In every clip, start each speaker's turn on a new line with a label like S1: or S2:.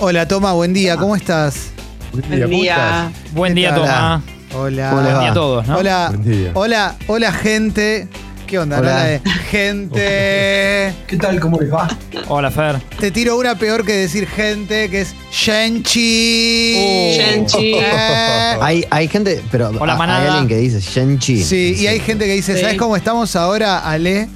S1: Hola, Toma, buen día, ¿cómo estás?
S2: Buen
S3: Buen día.
S1: ¿Qué
S2: Buen día,
S1: tal? Ah.
S2: Tomás.
S1: Hola.
S2: Buen día a todos, ¿no?
S1: Hola,
S3: Buen día.
S1: hola, hola, gente. ¿Qué onda?
S3: Hola.
S1: Nada de- Gente.
S4: ¿Qué tal? ¿Cómo les va?
S2: Hola, Fer.
S1: Te tiro una peor que decir gente, que es Shenchi.
S2: Oh.
S3: Shenchi.
S1: Eh.
S5: Hay, hay gente, pero
S2: Hola,
S5: a-
S2: manada.
S5: hay alguien que dice Shenchi.
S1: Sí, y hay gente que dice,
S3: Sí. Mm.
S1: ¿sabes cómo estamos ahora, Ale?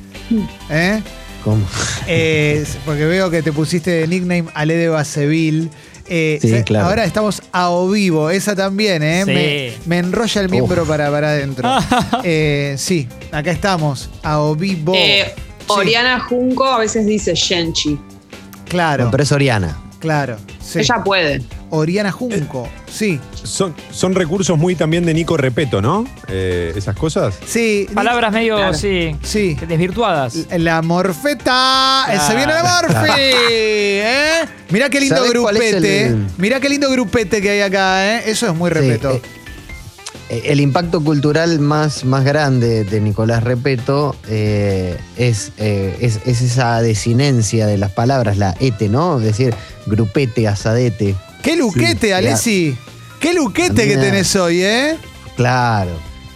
S1: ¿Eh?
S5: ¿Cómo?
S1: Eh, porque veo que te pusiste de nickname Ale de Baseville. Eh,
S5: Sí,
S1: ¿sabes?
S5: claro.
S1: Ahora estamos a o vivo, esa también, ¿eh?
S2: Sí.
S1: Me, me enrolla el miembro para, para adentro. Eh, sí, acá estamos, a o vivo.
S3: Eh,
S1: Sí,
S3: Oriana Junco a veces dice Shenchi.
S1: Claro,
S5: No, pero es Oriana.
S1: claro. sí.
S3: Ella puede.
S1: Oriana Junco, sí.
S6: Son, son recursos muy también de Nico Repeto, ¿no? Eh, esas cosas.
S1: Sí,
S2: Palabras medio,
S3: Claro.
S2: sí,
S1: sí.
S2: desvirtuadas.
S1: La morfeta. Eh, Se viene la
S5: Claro.
S1: morfi. ¿eh? Mirá qué lindo
S5: ¿Sabés cuál es
S1: grupete. ¿eh?
S5: el-
S1: Mirá qué lindo grupete que hay acá. ¿eh? Eso es muy
S5: Sí,
S1: repeto.
S5: eh, el impacto cultural más, más grande de Nicolás Repeto eh, es, eh, es, es esa desinencia de las palabras, la ete, ¿no? Es decir, grupete, asadete.
S1: qué luquete,
S5: sí,
S1: Alessi. Qué luquete que
S5: Mirá.
S1: tenés hoy, ¿eh?
S5: Claro.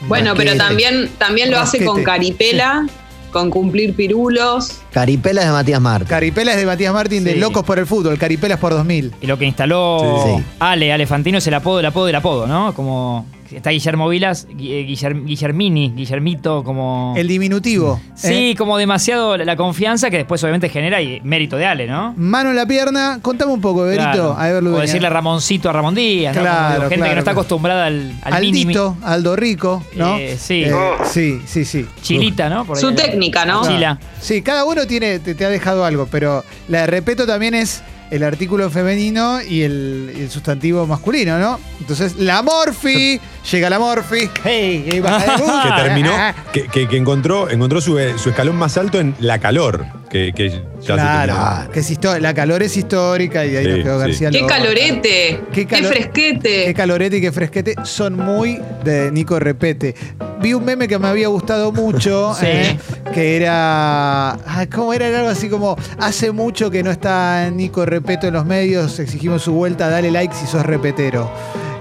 S3: Bueno, pero
S5: Rasquete.
S3: también, también lo hace
S1: Rasquete.
S3: con caripela, con cumplir pirulos.
S5: Caripela de Matías Marta.
S1: Caripela es de Matías Martín de
S2: Sí.
S1: Locos por el Fútbol. Caripela es por 2000.
S2: Y lo que instaló
S5: Sí. Sí.
S2: Ale, Alefantino, es el apodo, el apodo, el apodo, ¿no? Como está Guillermo Vilas, Gui- eh, Guillerm- Guillermini, Guillermito, como...
S1: El diminutivo.
S2: sí,
S1: ¿eh?
S2: como demasiado la- la confianza que después obviamente genera y mérito de Ale, ¿no?
S1: Mano en la pierna. Contame un poco, Berito.
S2: Claro.
S1: A ver,
S2: o
S1: Ludueña.
S2: decirle Ramoncito a Ramón Díaz, ¿no? Como
S1: Claro,
S2: digo, gente
S1: claro,
S2: que no está
S1: claro.
S2: acostumbrada al, al mínimo.
S1: Aldito, Aldo Rico, ¿no?
S2: Eh, sí. Ah.
S1: sí, sí, sí.
S2: Chilita, ¿no? Por ahí
S3: Su
S2: al-
S3: técnica, ¿no?
S1: Claro.
S2: Chila.
S1: Sí, cada uno tiene, te, te ha dejado algo, pero la de repeto también es el artículo femenino y el, el sustantivo masculino, ¿no? Entonces, la morfi, llega la Ah, morfi. ¡Hey! hey, baja de bus.
S6: Que terminó, que, que- que encontró, encontró su, eh, su escalón más alto en la calor. Que, que ya se
S1: Claro,
S6: terminó.
S1: que es histo- la calor es histórica y de ahí
S6: Sí,
S1: nos quedó
S6: sí.
S1: García.
S3: ¡Qué
S1: Lorca.
S3: calorete!
S1: Qué
S3: ¡Qué,
S1: calor- Qué
S3: fresquete!
S1: calorete y qué fresquete son muy de Nico Repete. Vi un meme que me había gustado mucho,
S2: Sí.
S1: eh, que era. ah, ¿Cómo era? Era algo así como: Hace mucho que no está Nico Repeto en los medios, exigimos su vuelta, dale like si sos repetero.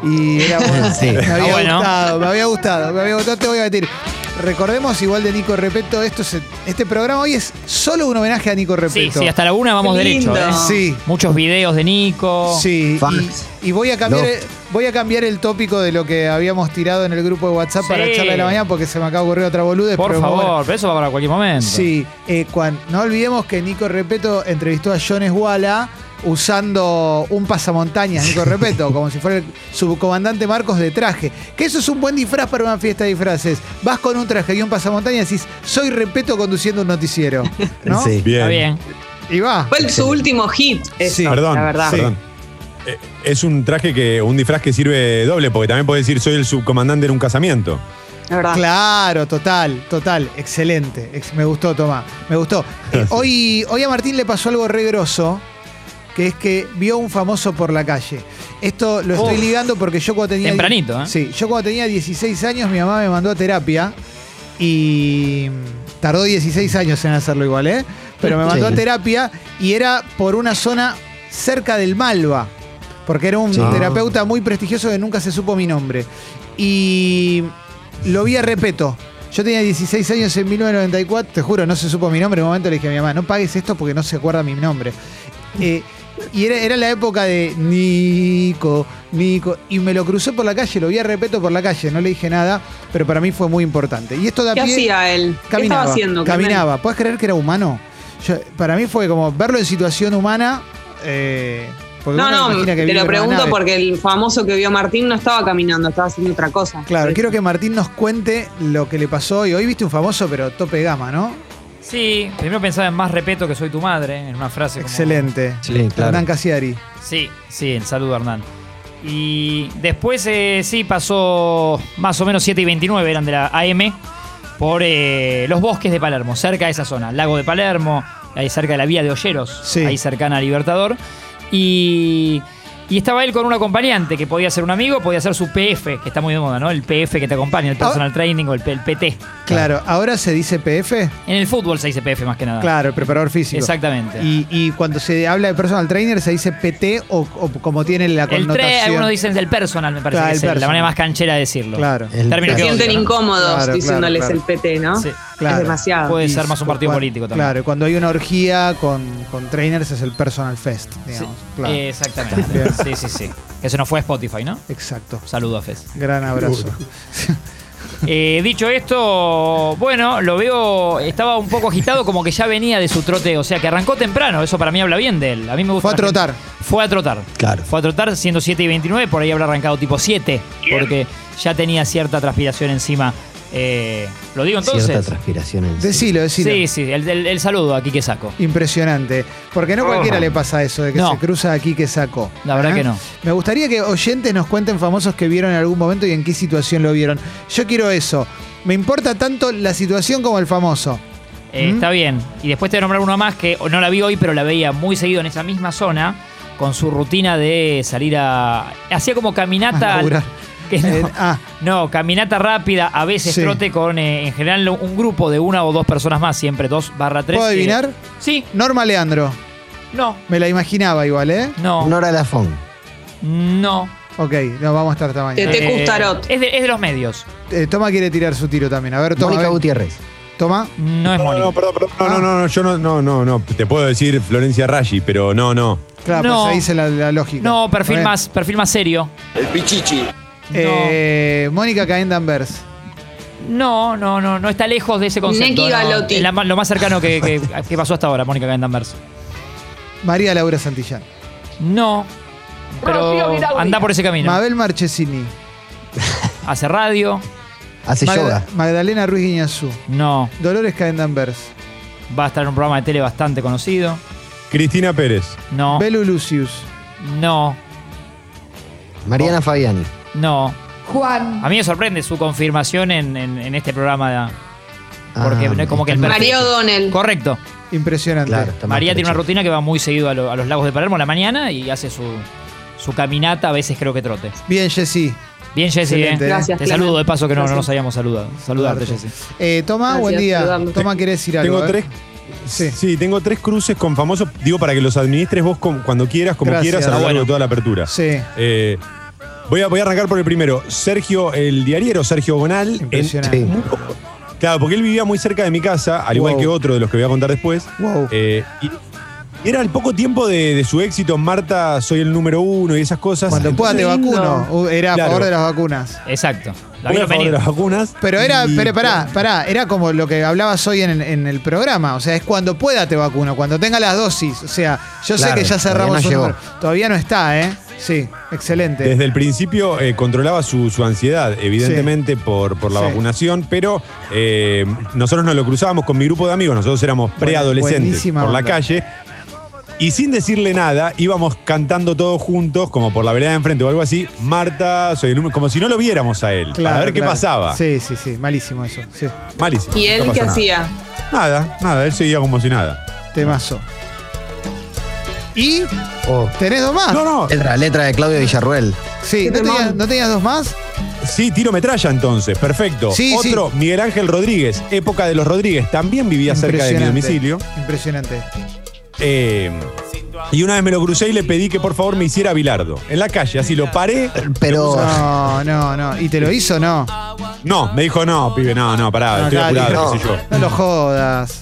S1: Y era bueno.
S5: Sí.
S1: Me había
S2: Ah, bueno.
S1: gustado, me había gustado, me había gustado, te voy a mentir. Recordemos igual de Nico Repeto, esto se- este programa hoy es solo un homenaje a Nico
S2: Sí,
S1: Repeto.
S2: sí, hasta la una vamos
S3: Qué
S2: derecho.
S3: lindo.
S2: ¿eh?
S1: sí.
S2: Muchos videos de Nico.
S1: Sí,
S5: Facts.
S1: y, y voy, a cambiar,
S5: Loft.
S1: voy a cambiar el tópico de lo que habíamos tirado en el grupo de WhatsApp para
S2: Sí.
S1: charla de la mañana porque se me acaba de ocurrir otra boludez.
S2: Por
S1: Eh, pero
S2: favor,
S1: bueno.
S2: pero eso va para cualquier momento.
S1: Sí, eh, cuan- no olvidemos que Nico Repeto entrevistó a Jones Walla usando un pasamontañas, Nico Repeto, como si fuera el subcomandante Marcos de traje. Que eso es un buen disfraz para una fiesta de disfraces. Vas con un traje y un pasamontañas y decís, soy Repeto conduciendo un noticiero. ¿No?
S5: Sí.
S6: Bien.
S2: Está bien.
S1: Y va.
S3: Fue el- su último hit. eso,
S1: Sí.
S6: Perdón.
S3: La verdad.
S1: Sí.
S6: perdón. Eh, Es un traje que, un disfraz que sirve doble, porque también puede decir soy el subcomandante en un casamiento.
S3: La verdad.
S1: Claro, total, total, excelente. Ex- me gustó, Tomá, me gustó. Eh, hoy, hoy a Martín le pasó algo re grosso, que es que vio un famoso por la calle. Esto lo estoy
S2: Uf.
S1: ligando porque yo cuando tenía...
S2: Tempranito, ¿eh?
S1: Sí, yo cuando tenía 16 años mi mamá me mandó a terapia y tardó 16 años en hacerlo igual, ¿eh? Pero me mandó
S5: Sí.
S1: a terapia y era por una zona cerca del Malva, porque era un
S5: Sí.
S1: terapeuta muy prestigioso que nunca se supo mi nombre. Y lo vi a Repeto. Yo tenía 16 años en 1994, te juro, no se supo mi nombre. En un momento le dije a mi mamá, no pagues esto porque no se acuerda mi nombre. Eh, y era, era la época de Nico, Nico. Y me lo crucé por la calle, lo vi a Repeto por la calle, no le dije nada, pero para mí fue muy importante. Y esto da
S3: ¿Qué
S1: pie-
S3: hacía él? ¿Qué
S1: Caminaba,
S3: estaba haciendo? Clemente?
S1: caminaba. ¿Puedes creer que era humano? Yo- para mí fue como verlo en situación humana. eh, porque
S3: No,
S1: uno
S3: no,
S1: imagina que
S3: te
S1: vive
S3: lo
S1: en una
S3: pregunto
S1: nave.
S3: porque el famoso que vio Martín no estaba caminando, estaba haciendo otra cosa.
S1: Claro, quiero que Martín nos cuente lo que le pasó hoy. Hoy viste un famoso, pero tope gama, ¿no?
S2: Sí, primero pensaba en más respeto que soy tu madre, en una frase como-
S1: Excelente.
S5: Sí, claro.
S1: Hernán Casiari.
S2: Sí, sí, el saludo Hernán. Y después eh, sí pasó más o menos 7 y 29, eran de la AM, por eh, los bosques de Palermo, cerca de esa zona, lago de Palermo, ahí cerca de la vía de Olleros,
S1: Sí.
S2: ahí cercana a Libertador. Y Y estaba él con un acompañante que podía ser un amigo, podía ser su PF, que está muy de moda, ¿no? El PF que te acompaña,
S1: Ah.
S2: el personal training o el, P- el PT.
S1: Claro, Ah. ahora se dice PF.
S2: En el fútbol se dice PF más que nada.
S1: Claro, el preparador físico.
S2: Exactamente.
S1: Y, y cuando se habla de personal trainer se dice PT o, o como tiene la
S2: el
S1: connotación.
S2: 3, algunos dicen del personal, me parece
S1: Claro,
S2: que
S1: el
S2: es la
S1: personal.
S2: manera más canchera de decirlo.
S1: Claro.
S5: El
S2: Término
S5: Pero
S3: Se
S2: que
S3: sienten
S2: odio, ¿no?
S3: incómodos
S1: Claro,
S3: diciéndoles
S1: claro,
S3: el PT, ¿no?
S2: Sí.
S1: Claro.
S3: Es demasiado.
S2: Puede
S1: Y
S2: ser más un partido
S1: cuan-
S2: político también.
S1: Claro, cuando hay una orgía con, con trainers es el personal fest,
S2: Sí,
S1: digamos. Claro.
S2: Eh, Exactamente.
S1: Bien.
S2: sí, sí, sí. Que se nos fue a Spotify, ¿no?
S1: Exacto.
S2: Saludo a Fez.
S1: Gran abrazo.
S2: Eh, dicho esto, bueno, lo veo, estaba un poco agitado, como que ya venía de su trote, o sea que arrancó temprano, eso para mí habla bien de él. A mí me gusta.
S1: Fue a
S2: la gente-
S1: trotar.
S2: Fue a trotar.
S5: Claro.
S2: Fue a trotar siendo 7 y 29, por ahí habrá arrancado tipo 7, porque ya tenía cierta transpiración encima. Eh, lo digo entonces.
S5: Cierta transpiración en sí.
S1: Decilo, decilo.
S2: Sí, sí, el, el- el saludo aquí que saco.
S1: Impresionante. Porque no cualquiera le pasa eso de que
S2: Oh. No.
S1: se cruza aquí que saco.
S2: La verdad que no.
S1: Me gustaría que oyentes nos cuenten famosos que vieron en algún momento y en qué situación lo vieron. Yo quiero eso. Me importa tanto la situación como el famoso.
S2: Eh, Está bien. Y después te voy a nombrar uno más que no la vi hoy, pero la veía muy seguido en esa misma zona, con su rutina de salir a. Hacía como
S1: A
S2: caminata.
S1: Ah, laburar.
S2: que no,
S1: Eh, ah,
S2: no, caminata rápida, a veces
S1: Sí.
S2: trote con eh, en general un grupo de una o dos personas más, siempre, dos barra tres.
S1: ¿Puedo
S2: que-
S1: adivinar?
S2: Sí,
S1: Norma Leandro.
S2: no,
S1: Me la imaginaba igual, ¿eh?
S2: no, no.
S5: Nora Lafón.
S1: Ok, no, vamos a estar esta mañana.
S3: Te-
S2: Eh,
S3: Custarot.
S2: es, de, es de los medios.
S1: Eh, Toma quiere tirar su tiro también. A ver, Toma.
S5: Mónica
S1: a ver.
S5: Gutiérrez.
S1: Toma.
S2: No es
S6: No,
S2: Mónica.
S6: no, perdón, perdón. No, no, no, no, yo no, no, no, no. Te puedo decir Florencia Raggi, pero no, no.
S1: Claro,
S2: No.
S1: pues ahí se la, la lógica.
S2: No, perfil
S1: Está bien.
S2: más, perfil más serio. El pichichi.
S1: Eh, Mónica Caen Danvers.
S2: No, no, no, no está lejos de ese concepto.
S3: Neki
S2: no.
S3: Galotti.
S2: Es la más- lo más cercano que, que- que pasó hasta ahora, Mónica Gandanvers.
S1: María Laura Santillán.
S2: No. Pero anda por ese camino.
S1: Mabel Marchesini.
S2: Hace radio.
S5: Hace
S1: Magda-
S5: yoga.
S1: Magdalena Ruiz Guiñazú.
S2: No.
S1: Dolores Caen Danvers.
S2: Va a estar en un programa de tele bastante conocido.
S6: Cristina Pérez.
S2: No.
S1: Belu Lucius.
S2: No. Oh.
S5: Mariana Fabiani.
S2: No.
S4: Juan.
S2: A mí me sorprende su confirmación en, en- en este programa.
S5: Ah,
S2: Porque no es como que el perfil-
S3: María O'Donnell.
S2: Correcto.
S1: Impresionante.
S5: Claro, está más
S2: María tiene una
S5: estrecho.
S2: rutina que va muy seguido a, lo- a los lagos de Palermo a la mañana y hace su, su caminata, a veces creo que trote.
S1: Bien, Jessy.
S2: Bien, Jessy. ¿eh?
S1: Excelente.
S3: Gracias,
S2: Te
S3: Clemen.
S2: saludo de paso que no, no
S3: Gracias.
S2: nos habíamos saludado. Saludarte, Jessy.
S1: Eh, Toma,
S3: Gracias,
S1: buen día.
S3: saludarlo.
S1: Toma, ¿querés decir algo?
S6: Tengo
S1: eh?
S6: tres.
S1: Sí.
S6: Sí. tengo tres cruces con famosos, digo, para que los administres vos com- cuando quieras, como
S1: Gracias.
S6: quieras, a lo
S1: Ah,
S6: largo
S2: bueno.
S6: de toda la apertura.
S1: Sí.
S6: Eh, voy, a, voy a arrancar por el primero. Sergio, el diariero, Sergio Bonal. en-
S1: Impresionante.
S5: Sí.
S6: claro, porque él vivía muy cerca de mi casa, al igual
S1: Wow.
S6: que otro de los que voy a contar después.
S1: Wow.
S6: Eh, y era al poco tiempo de, de su éxito, Marta, soy el número uno y esas cosas.
S1: Cuando pueda te
S6: Entonces,
S1: vacuno. Uh, era a
S6: Claro.
S1: favor de las vacunas.
S2: Exacto. La
S6: voy a
S2: vieron
S6: favor de
S2: venir.
S6: las vacunas.
S1: Pero era,
S6: Y-
S1: pero pará, pará, era como lo que hablabas hoy en, en el programa. O sea, es cuando pueda te vacuno, cuando tenga las dosis. O sea, yo sé
S5: Claro,
S1: que ya cerramos
S5: todavía no
S1: un
S5: llegó.
S1: número. Todavía no está, ¿eh? Sí, excelente.
S6: Desde el principio eh, controlaba su, su ansiedad, evidentemente, por, por la
S1: Sí.
S6: vacunación, pero eh, nosotros nos lo cruzábamos con mi grupo de amigos, nosotros éramos preadolescentes
S1: buenísima
S6: por la
S1: onda.
S6: calle. Y sin decirle nada, íbamos cantando todos juntos, como por la vereda de enfrente o algo así, Marta, soy el número- como si no lo viéramos a él,
S1: Claro,
S6: para ver qué
S1: claro.
S6: pasaba.
S1: Sí, sí, sí, malísimo eso. Sí,
S6: Malísimo.
S3: ¿Y él
S6: nunca
S3: qué
S6: pasó
S3: hacía?
S6: Nada. nada, nada, él seguía como si nada.
S1: temazo. ¿Y
S5: Oh,
S1: tenés dos más?
S6: No, no,
S5: letra, letra de Claudio Villarruel.
S1: Sí,
S3: Qué
S1: ¿no
S3: temón.
S1: tenías, ¿no tenías dos más?
S6: Sí, tiro metralla entonces, perfecto.
S1: Sí, sí.
S6: Otro, Miguel Ángel Rodríguez, época de los Rodríguez, también vivía cerca de mi
S1: Impresionante,
S6: domicilio.
S1: Impresionante.
S6: Eh, y una vez me lo crucé y le pedí que por favor me hiciera Bilardo. En la calle, así lo paré.
S5: Pero
S6: Oh.
S1: No, no, no. ¿Y te lo hizo? No.
S6: No, me dijo, no, pibe, no, no, pará,
S1: No,
S6: estoy
S1: dale,
S6: apurado,
S5: no.
S6: qué sé yo.
S1: No lo jodas.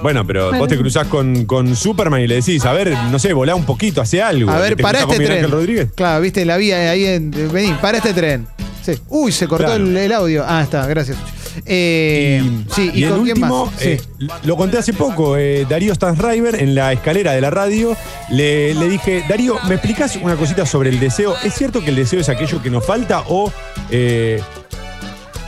S6: Bueno, pero vos te cruzás con, con Superman y le decís, a ver, no sé, volá un poquito, hace algo.
S1: A ver,
S6: ¿Te
S1: para
S6: cruzás con
S1: este
S6: Miguel
S1: tren.
S6: Ángel Rodríguez?
S1: Claro, viste, la vía ahí en. Vení, para este tren. Sí. Uy, se cortó
S6: Claro.
S1: el, el audio. Ah, está, gracias. Eh, sí, ¿y,
S6: el
S1: con quién
S6: último,
S1: más?
S6: eh,
S1: sí.
S6: lo conté hace poco, eh, Darío Stansriver, en la escalera de la radio, le, le dije, Darío, ¿me explicás una cosita sobre el deseo? ¿Es cierto que el deseo es aquello que nos falta o, eh,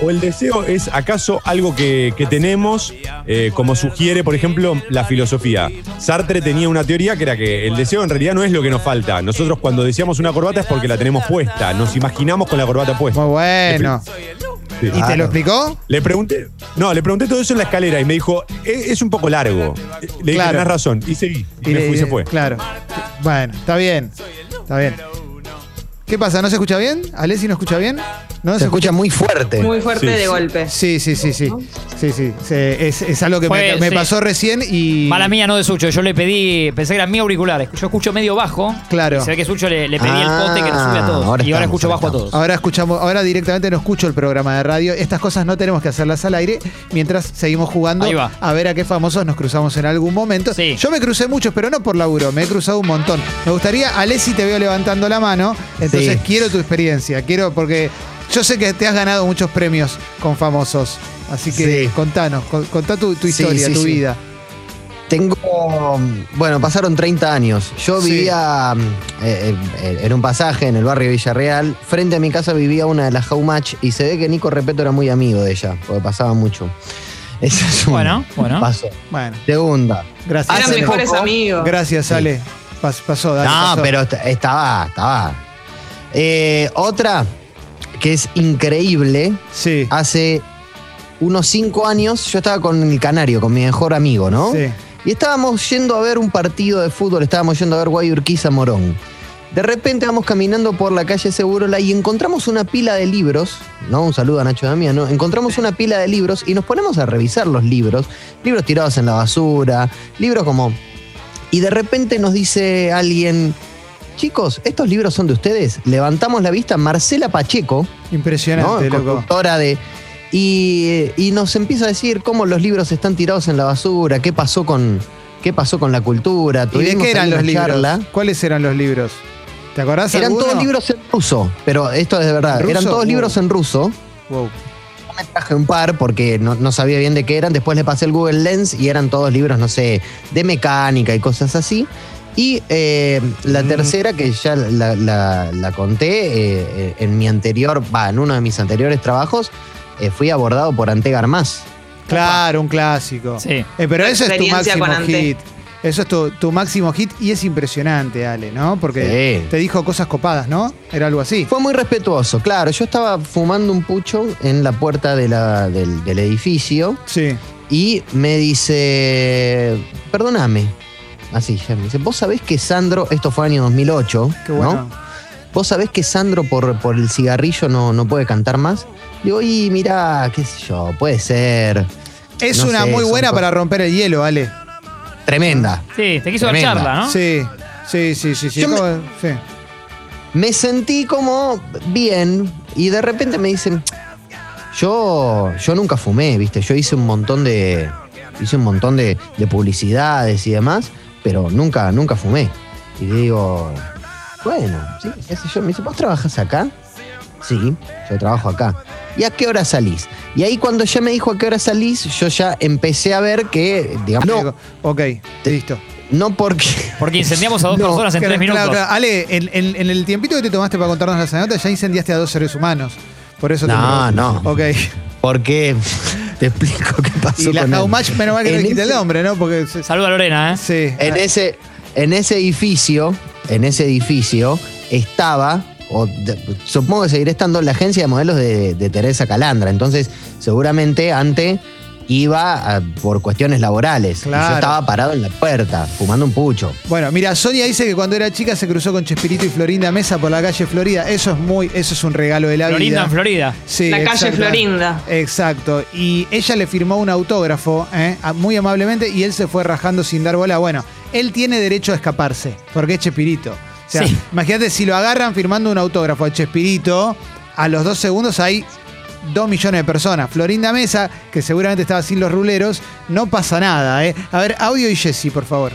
S6: o el deseo es acaso algo que, que tenemos, eh, como sugiere, por ejemplo, la filosofía? Sartre tenía una teoría que era que el deseo en realidad no es lo que nos falta. Nosotros cuando deseamos una corbata es porque la tenemos puesta, nos imaginamos con la corbata puesta.
S1: Muy bueno.
S6: Sí.
S1: ¿Y te
S5: Claro.
S1: lo explicó?
S6: Le pregunté, no, le pregunté todo eso en la escalera y me dijo, "E- es un poco largo. Le dije,
S1: Claro. Eh,
S6: tenés razón. Y seguí. Y, me
S1: le-
S6: fui, se fue.
S1: Claro. Bueno, está bien. Está bien. ¿Qué pasa? ¿No se escucha bien? ¿Alessi no escucha bien? ¿No
S5: Se escucha muy fuerte.
S3: Muy fuerte
S6: Sí,
S3: de
S6: sí.
S3: golpe.
S1: Sí, sí, sí, sí. Sí, sí. Se- es, es algo que
S2: Fue-
S1: me, me
S2: sí.
S1: pasó recién y.
S2: Mala mía, no de Sucho. Yo le pedí, pensé que eran mi auriculares. Yo escucho medio bajo.
S1: Claro.
S2: Y se ve que Sucho le, le pedí el pote que nos sube a todos.
S5: Ah, ahora
S2: y ahora
S5: estamos,
S2: escucho bajo
S5: ahora
S2: a
S5: estamos.
S2: todos.
S1: Ahora escuchamos, ahora directamente no escucho el programa de radio. Estas cosas no tenemos que hacerlas al aire mientras seguimos jugando
S2: Ahí va.
S1: a ver a qué famosos nos cruzamos en algún momento.
S2: Sí.
S1: Yo me crucé muchos, pero no por laburo, me he cruzado un montón. Me gustaría, Alessi, te veo levantando la mano, entonces
S5: Sí.
S1: quiero tu experiencia, quiero porque yo sé que te has ganado muchos premios con famosos. Así que
S5: Sí.
S1: contanos, con- contá tu, tu
S5: Sí,
S1: historia,
S5: sí,
S1: tu
S5: sí.
S1: vida.
S5: Tengo, bueno, pasaron 30 años. Yo
S1: Sí.
S5: vivía mm, eh, eh, en un pasaje en el barrio de Villarreal. Frente a mi casa vivía una de las Howmatch y se ve que Nico Repeto era muy amigo de ella, porque pasaba mucho. Eso es un
S2: Bueno, bueno.
S5: paso.
S1: Bueno,
S5: Segunda.
S1: gracias.
S3: Eran
S1: Ale.
S3: mejores amigos.
S1: Gracias,
S5: Sí.
S1: Ale. Pas- pasó, dale.
S5: no,
S1: pasó.
S5: pero est- estaba, estaba. Eh, otra que es increíble.
S1: Sí.
S5: Ah, Hace unos 5 años yo estaba con el Canario, con mi mejor amigo, ¿no?
S1: Sí.
S5: Y estábamos yendo a ver un partido de fútbol, estábamos yendo a ver Guayurquiza Morón. De repente vamos caminando por la calle Segurola y encontramos una pila de libros, ¿no? Un saludo a Nacho Damiano. Encontramos una pila de libros y nos ponemos a revisar los libros. Libros tirados en la basura, libros como... Y de repente nos dice alguien, chicos, ¿estos libros son de ustedes? Levantamos la vista, Marcela Pacheco,
S1: Impresionante,
S5: ¿no?
S1: loco.
S5: Conductora de. Y, y nos empieza a decir cómo los libros están tirados en la basura, qué pasó con, qué pasó con la cultura.
S1: ¿Y de
S5: Tuvimos
S1: qué
S5: ahí
S1: eran
S5: una
S1: los libros?
S5: charla.
S1: ¿Cuáles eran los libros? ¿Te acordás?
S5: Eran
S1: alguno?
S5: todos libros en ruso, pero esto es de verdad.
S1: ¿Ruso?
S5: Eran todos
S1: Uh.
S5: libros en ruso.
S1: Wow.
S5: Yo me traje un par porque no, no sabía bien de qué eran. Después le pasé el Google Lens y eran todos libros, no sé, de mecánica y cosas así. Y eh, la
S1: Mm.
S5: tercera, que ya la, la- la conté eh, eh, en mi anterior, va, en uno de mis anteriores trabajos, eh, fui abordado por Ante Garmaz.
S1: Claro, un clásico.
S2: Sí.
S1: Eh, pero eso es tu
S3: Experiencia
S1: máximo
S3: con Ante.
S1: hit. Eso es tu, tu máximo hit y es impresionante, Ale, ¿no? Porque
S5: Sí.
S1: te dijo cosas copadas, ¿no? Era algo así.
S5: Fue muy respetuoso, claro. Yo estaba fumando un pucho en la puerta de la- del, del edificio
S1: Sí.
S5: y me dice, perdóname. Así, ya me dice, vos sabés que Sandro, esto fue año 2008,
S1: Qué bueno.
S5: ¿no? ¿Vos sabés que Sandro por, por el cigarrillo no, no puede cantar más? Digo, y mirá, qué sé yo, puede ser.
S1: Es
S5: No
S1: una
S5: sé,
S1: muy
S5: son
S1: buena
S5: cosas-
S1: para romper el hielo, Ale.
S5: Tremenda.
S2: Sí, te quiso dar
S5: Tremenda.
S2: charla, ¿no?
S1: Sí, sí, sí, sí. sí.
S5: Yo me-
S1: ¿Cómo? Sí.
S5: Me sentí como bien y de repente me dicen, yo, yo nunca fumé, viste, yo hice un montón de, hice un montón de, de publicidades y demás, pero nunca, nunca fumé. Y le digo, bueno, sí, qué sé yo, me dice, ¿vos trabajas acá? Sí, yo trabajo acá. ¿Y a qué hora salís? Y ahí cuando ya me dijo a qué hora salís, yo ya empecé a ver que, digamos,
S1: Digo,
S5: no,
S1: Ok, listo.
S5: no porque...
S2: Porque incendiamos a dos
S5: No,
S2: personas en
S1: Claro,
S2: tres minutos.
S1: claro, claro. Ale, en, en- en el tiempito que te tomaste para contarnos las anécdotas, ya incendiaste a dos seres humanos. Por eso te-
S5: No, no.
S1: Ok.
S5: Porque te explico qué pasó
S1: Y la
S5: con él.
S1: Howmatch, menos mal que no
S5: En
S1: le quita el
S5: ese-
S1: nombre, ¿no? Porque. se-
S2: Saluda a Lorena, ¿eh?
S1: Sí.
S5: En e- ese, en ese edificio, en ese edificio estaba, o de- supongo que seguirá estando la agencia de modelos de, de Teresa Calandra. Entonces, seguramente antes iba a- por cuestiones laborales. Y
S1: Claro.
S5: yo estaba parado en la puerta, fumando un pucho.
S1: Bueno, mira, Sonia dice que cuando era chica se cruzó con Chespirito y Florinda Mesa por la calle Florida. Eso es muy, eso es un regalo de la
S2: Florinda
S1: vida.
S2: en Florida.
S1: Sí,
S3: La calle
S1: exacta-
S3: Florinda.
S1: Exacto. Y ella le firmó un autógrafo, ¿eh? A- muy amablemente, y él se fue rajando sin dar bola. Bueno, él tiene derecho a escaparse, porque es Chespirito. O sea,
S2: Sí.
S1: imagínate si lo agarran firmando un autógrafo a Chespirito, a los dos segundos hay dos millones de personas. Florinda Mesa, que seguramente estaba sin los ruleros, no pasa nada, ¿eh? A ver, audio y Jessy, por favor.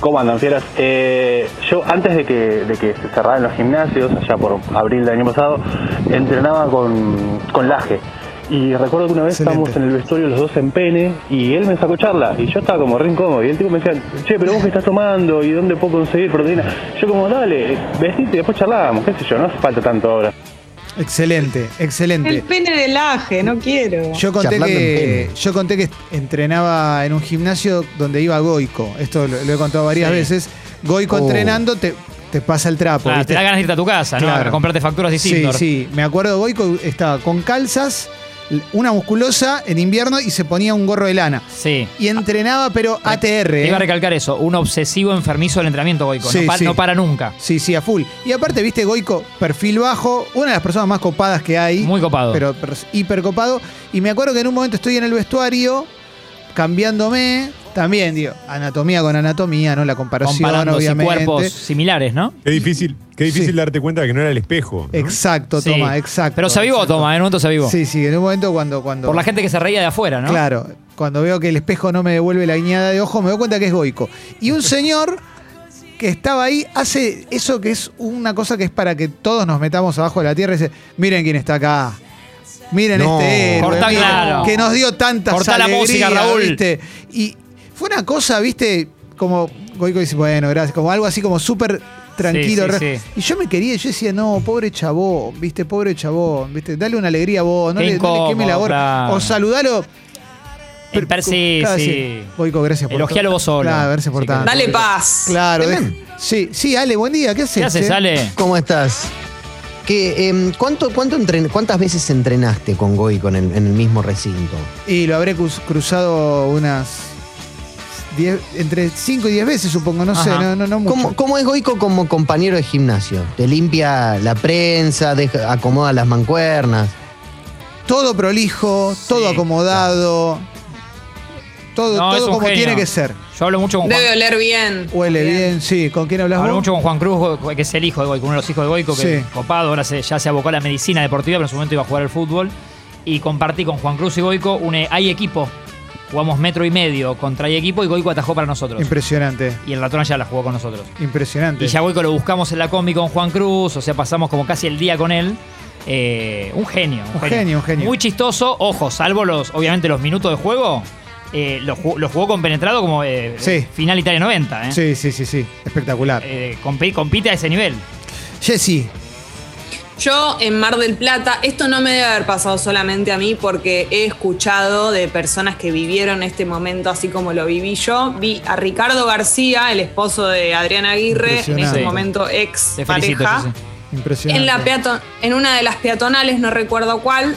S4: ¿Cómo andan, fieras? Eh, yo antes de que, de que se cerraran los gimnasios, allá por abril del año pasado, entrenaba con, con Laje. Y recuerdo que una vez
S1: Excelente.
S4: estábamos en el vestuario los dos en pene y él me sacó charla y yo estaba como re incómodo y el tipo me decía, che, pero vos qué estás tomando y dónde puedo conseguir proteína. Yo como, dale, eh, vestite y después charlábamos, qué sé yo, no hace falta tanto ahora.
S1: Excelente,
S3: El
S1: excelente.
S3: pene del aje, no quiero.
S1: Yo conté,
S5: Charlando
S1: que,
S5: en pene.
S1: yo conté que entrenaba en un gimnasio donde iba Goico. Esto lo, lo he contado varias
S2: Sí.
S1: veces. Goico
S5: Oh.
S1: entrenando, te, te pasa el trapo.
S2: Claro,
S1: ¿viste?
S2: Ah, te da ganas de irte a tu casa, ¿no?
S1: Claro.
S2: A comprarte facturas de
S1: Sí,
S2: Isidor.
S1: sí. Me acuerdo, Boico estaba con calzas, una musculosa en invierno y se ponía un gorro de lana.
S2: Sí.
S1: Y entrenaba, pero ATR.
S2: Ah, Te Iba a
S1: ¿eh?
S2: recalcar eso, un obsesivo enfermizo del entrenamiento Goico.
S1: Sí,
S2: no, pa-
S1: sí.
S2: no para nunca.
S1: Sí, sí, a full. Y aparte, viste, Goico, perfil bajo, una de las personas más copadas que hay.
S2: Muy copado.
S1: Pero, pero es hiper copado. Y me acuerdo que en un momento estoy en el vestuario, cambiándome. También, digo, anatomía con anatomía, ¿no? La comparación,
S2: comparando sí,
S1: obviamente.
S2: cuerpos similares, ¿no?
S6: Qué difícil, qué difícil
S1: Sí.
S6: darte cuenta de que no era el espejo. ¿no?
S1: Exacto,
S2: Sí.
S1: toma, exacto.
S2: Pero se avivó,
S1: exacto.
S2: toma, en un momento se avivó.
S1: Sí, sí, en un momento cuando. cuando
S2: Por la gente que se reía de afuera, ¿no?
S1: Claro, cuando veo que el espejo no me devuelve la guiñada de ojo, me doy cuenta que es Goico. Y un señor que estaba ahí hace eso que es una cosa que es para que todos nos metamos abajo de la tierra y dice, miren quién está acá. Miren
S6: No.
S1: este héroe,
S2: Cortá,
S1: miren,
S2: claro.
S1: que nos dio tantas
S2: Cortá la música,
S1: alegrías",
S2: Raúl.
S1: ¿viste? Y fue una cosa, ¿viste? Como Goico dice, bueno, gracias, como algo así como súper tranquilo.
S2: Sí, sí,
S1: re-
S2: sí.
S1: Y yo me quería, yo decía, no, pobre chabón, ¿viste? Pobre chabón, ¿viste? Dale una alegría a vos, no,
S2: Qué
S1: le, no le
S2: incómodo,
S1: queme la gorra.
S2: claro.
S1: O saludalo,
S2: En per- sí,
S1: Claro,
S2: sí.
S1: Boico, gracias por
S2: Elogialo
S1: todo.
S2: vos solo.
S1: Claro, gracias por
S2: Sí,
S1: tanto.
S3: Dale paz.
S1: Claro, de- sí, sí, Ale, buen día, ¿qué haces?
S2: ¿Qué haces,
S1: eh?
S2: Ale?
S5: ¿Cómo estás? ¿Qué, em, ¿cuánto, cuánto entren- ¿Cuántas veces entrenaste con Goico en el, en el mismo recinto?
S1: Y lo habré cruz- cruzado unas diez- entre 5 y 10 veces, supongo, no sé,
S2: Ajá.
S1: no, no, no mucho.
S5: ¿Cómo, cómo es Goico como compañero de gimnasio? ¿Te limpia la prensa, deja- acomoda las mancuernas?
S1: Todo prolijo, todo
S2: Sí,
S1: acomodado, todo,
S2: No, es
S1: todo
S2: un
S1: como
S2: genio.
S1: tiene que ser.
S2: Yo hablo mucho con Juan,
S3: Debe oler bien.
S1: Huele bien, sí. ¿Con quién hablas
S2: hablo
S1: vos?
S2: mucho con Juan Cruz, que es el hijo de Goico, uno de los hijos de Goico, que
S1: Sí.
S2: es copado, ahora se- ya se abocó a la medicina deportiva, pero en su momento iba a jugar al fútbol. Y compartí con Juan Cruz y Goico un eh, hay equipo. Jugamos metro y medio contra hay equipo y Goico atajó para nosotros.
S1: Impresionante,
S2: Y el ratón ya la jugó con nosotros.
S1: impresionante.
S2: Y ya Goico lo buscamos en la combi con Juan Cruz, o sea, pasamos como casi el día con él. Eh, un genio.
S1: Un genio, un genio.
S2: Muy chistoso, ojo, salvo los, obviamente, los minutos de juego. eh, lo, ju- lo jugó compenetrado como eh,
S1: Sí.
S2: final Italia 90. Eh.
S1: Sí, sí, sí, sí, espectacular.
S2: Eh, compi- compite a ese nivel.
S1: Jessy,
S3: Yo en Mar del Plata, esto no me debe haber pasado solamente a mí porque he escuchado de personas que vivieron este momento así como lo viví yo. Vi a Ricardo García, el esposo de Adriana Aguirre, en
S1: Impresionante.
S3: ese momento ex
S2: Te felicito.
S3: pareja.
S2: sí, sí.
S1: impresionante.
S3: En, la peato- en una de las peatonales, no recuerdo cuál,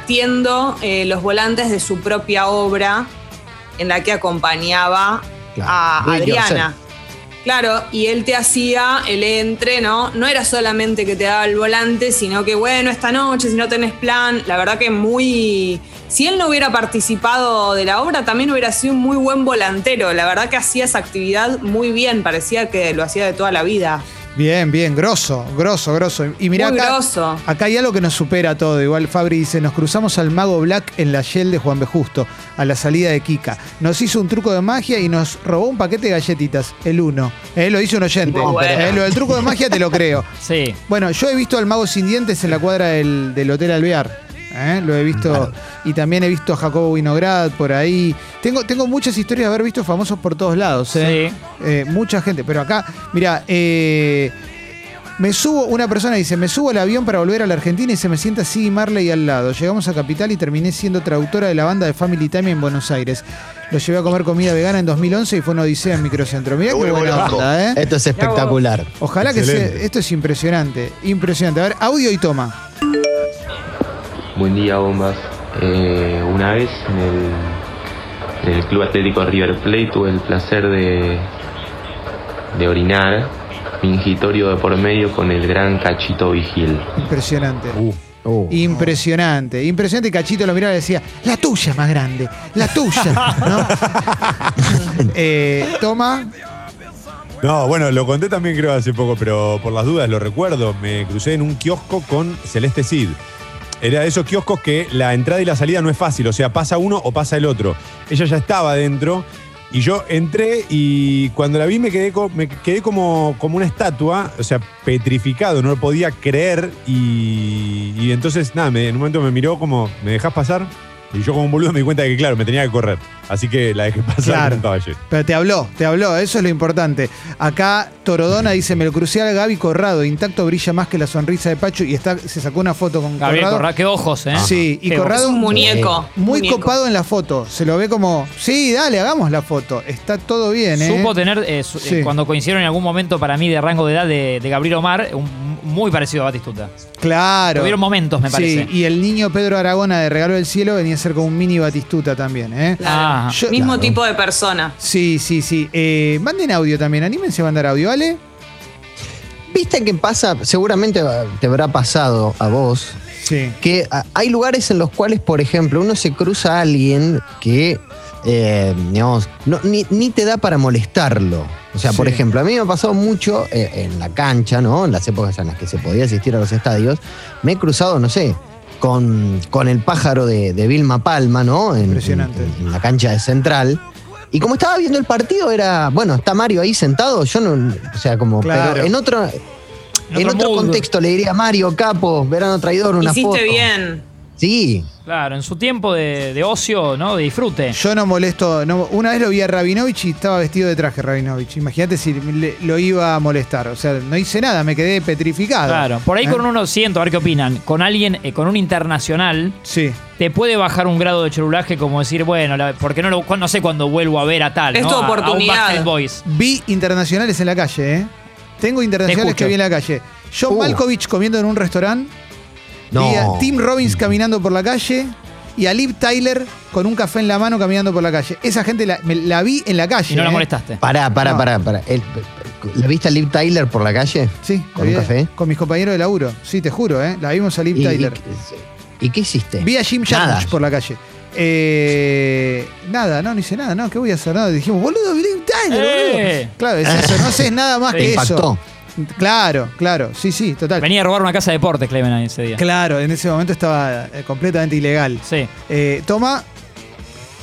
S3: repartiendo eh, los volantes de su propia obra en la que acompañaba
S5: Claro,
S3: a
S5: do it
S3: Adriana. Claro, y él te hacía el entre, ¿no? No era solamente que te daba el volante, sino que, bueno, esta noche, si no tenés plan, la verdad que muy... Si él no hubiera participado de la obra, también hubiera sido un muy buen volantero. La verdad que hacía esa actividad muy bien, parecía que lo hacía de toda la vida.
S1: Bien, bien, grosso, grosso, grosso. Y mirá
S3: muy
S1: acá,
S3: grosso.
S1: acá hay algo que nos supera todo. Igual Fabri dice, nos cruzamos al mago Black en la Shell de Juan B. Justo, a la salida de Kika. Nos hizo un truco de magia y nos robó un paquete de galletitas, el uno. Eh, lo hizo un oyente.
S3: Muy bueno.
S1: Eh, lo del truco de magia te lo creo.
S2: Sí.
S1: Bueno, yo he visto al mago sin dientes en la cuadra del, del Hotel Alvear. ¿eh? Lo he visto. Y también he visto a Jacobo Winograd por ahí. Tengo, tengo muchas historias de haber visto famosos por todos lados. ¿eh?
S2: Sí.
S1: Eh, mucha gente. Pero acá, mira, me subo, una persona dice, me subo al avión para volver a la Argentina y se me sienta así Marley al lado. Llegamos a Capital y terminé siendo traductora de la banda de Family Time en Buenos Aires. Lo llevé a comer comida vegana en 2011 y fue una odisea en Microcentro. Mirá qué buena onda, ¿eh?
S5: Esto es espectacular.
S1: Ojalá que
S6: Excelente.
S1: sea. Esto es impresionante. Impresionante. A ver, audio y toma.
S7: Buen día, bombas. Eh, una vez en el, en el Club Atlético River Plate tuve el placer de, de orinar mingitorio de por medio con el gran Cachito Vigil.
S1: Impresionante.
S6: Uh,
S5: Uh,
S1: Impresionante, impresionante. Y Cachito lo miraba y decía, la tuya es más grande, la tuya. ¿no? Eh, toma,
S6: No, bueno, lo conté también creo hace poco, pero por las dudas lo recuerdo. Me crucé en un kiosco con Celeste Cid. Era de esos kioscos que la entrada y la salida no es fácil, o sea, pasa uno o pasa el otro. Ella ya estaba dentro y yo entré y cuando la vi me quedé, co- me quedé como, como una estatua, o sea, petrificado, no lo podía creer y, y entonces, nada, me- en un momento me miró como, ¿me dejas pasar? Y yo como un boludo me di cuenta de que, claro, me tenía que correr. Así que la dejé pasar
S1: Claro.
S6: y estaba lleno.
S1: Pero te habló, te habló, eso es lo importante. Acá Torodona dice, me lo crucé al Gaby Corrado, intacto brilla más que la sonrisa de Pacho y está, se sacó una foto con
S2: Gabriel
S1: Corrado.
S2: Corrado, qué ojos, ¿eh?
S1: Sí, y
S2: Qué
S3: Es
S1: Corrado
S3: un muñeco.
S1: muy
S3: muñeco.
S1: copado en la foto. Se lo ve como, sí, dale, hagamos la foto. Está todo bien, ¿eh?
S2: Supo tener, eh, su- eh,
S1: Sí.
S2: cuando coincidieron en algún momento para mí de rango de edad de, de Gabriel Omar, un- muy parecido a Batistuta.
S1: Claro.
S2: Tuvieron momentos, me parece.
S1: Sí, y el niño Pedro Aragona de Regalo del Cielo venía a ser como un mini Batistuta también, ¿eh?
S3: Claro.
S2: Ah,
S1: Yo-
S3: Mismo tipo de persona.
S1: Sí, sí, sí. Eh, manden audio también, anímense a mandar audio, ¿vale?
S5: Viste que pasa, seguramente te habrá pasado a vos,
S1: Sí.
S5: que a- hay lugares en los cuales, por ejemplo, uno se cruza a alguien que, eh, digamos, no- ni, ni te da para molestarlo. O sea, por
S1: Sí.
S5: ejemplo, a mí me ha pasado mucho eh, en la cancha, ¿no? En las épocas en las que se podía asistir a los estadios, me he cruzado, no sé, con, con el pájaro de, de Vilma Palma, ¿no? En-
S1: Impresionante.
S5: En, en la cancha de Central. Y como estaba viendo el partido, era, bueno, está Mario ahí sentado, yo no, o sea, como,
S1: Claro.
S5: pero en otro,
S2: En
S5: en
S2: otro
S5: otro,
S2: mood.
S5: contexto le diría Mario, capo, verano traidor, una
S3: Hiciste
S5: foto.
S3: bien.
S5: Sí,
S2: Claro, en su tiempo de, de ocio, ¿no? De disfrute.
S1: Yo no molesto. no- una vez lo vi a Rabinovich y estaba vestido de traje Rabinovich. Imagínate si le- lo iba a molestar. O sea, no hice nada, me quedé petrificado.
S2: Claro, por ahí
S1: ¿Eh?
S2: con uno siento, a ver qué opinan, con alguien, eh, con un internacional,
S1: Sí.
S2: te puede bajar un grado de cholulaje como decir, bueno, la- porque no, lo, cu- no sé cuándo vuelvo a ver a tal,
S3: Es
S2: ¿no?
S3: tu
S2: A-
S3: oportunidad.
S2: A, un Backstreet Boys.
S1: Vi internacionales en la calle, ¿eh? Tengo internacionales
S2: Te escucho.
S1: que vi en la calle. John
S5: Uh.
S1: Malkovich comiendo en un restaurante.
S5: No. Mm.
S1: Vi a Tim Robbins caminando por la calle. Y a Liv Tyler con un café en la mano caminando por la calle. Esa gente la, me- la vi en la calle.
S2: Y no la
S1: ¿eh?
S2: molestaste.
S5: pará, pará,
S1: No.
S5: pará. pará. El- ¿La viste a Liv Tyler por la calle?
S1: Sí,
S5: ¿Con
S1: la
S5: un
S1: vi-
S5: café?
S1: Con mis compañeros de laburo. Sí, te juro, ¿eh? La vimos a Liv
S5: ¿Y,
S1: Tyler.
S5: y- y qué hiciste?
S1: Vi a Jim
S5: Nada.
S1: Jarmusch por la calle. Eh, nada, no, no hice nada, no, ¿qué voy a hacer? Nada. Dijimos, boludo, Billy Tyler,
S2: Eh.
S1: boludo. Claro, es eso, no haces nada más
S2: Te
S1: que
S5: ¿Te impactó?
S1: eso. Claro, claro, sí, sí, total.
S2: Venía a robar una casa de deportes, Clemen, ahí ese día.
S1: Claro, en ese momento estaba eh, completamente ilegal.
S2: Sí.
S1: Eh, toma,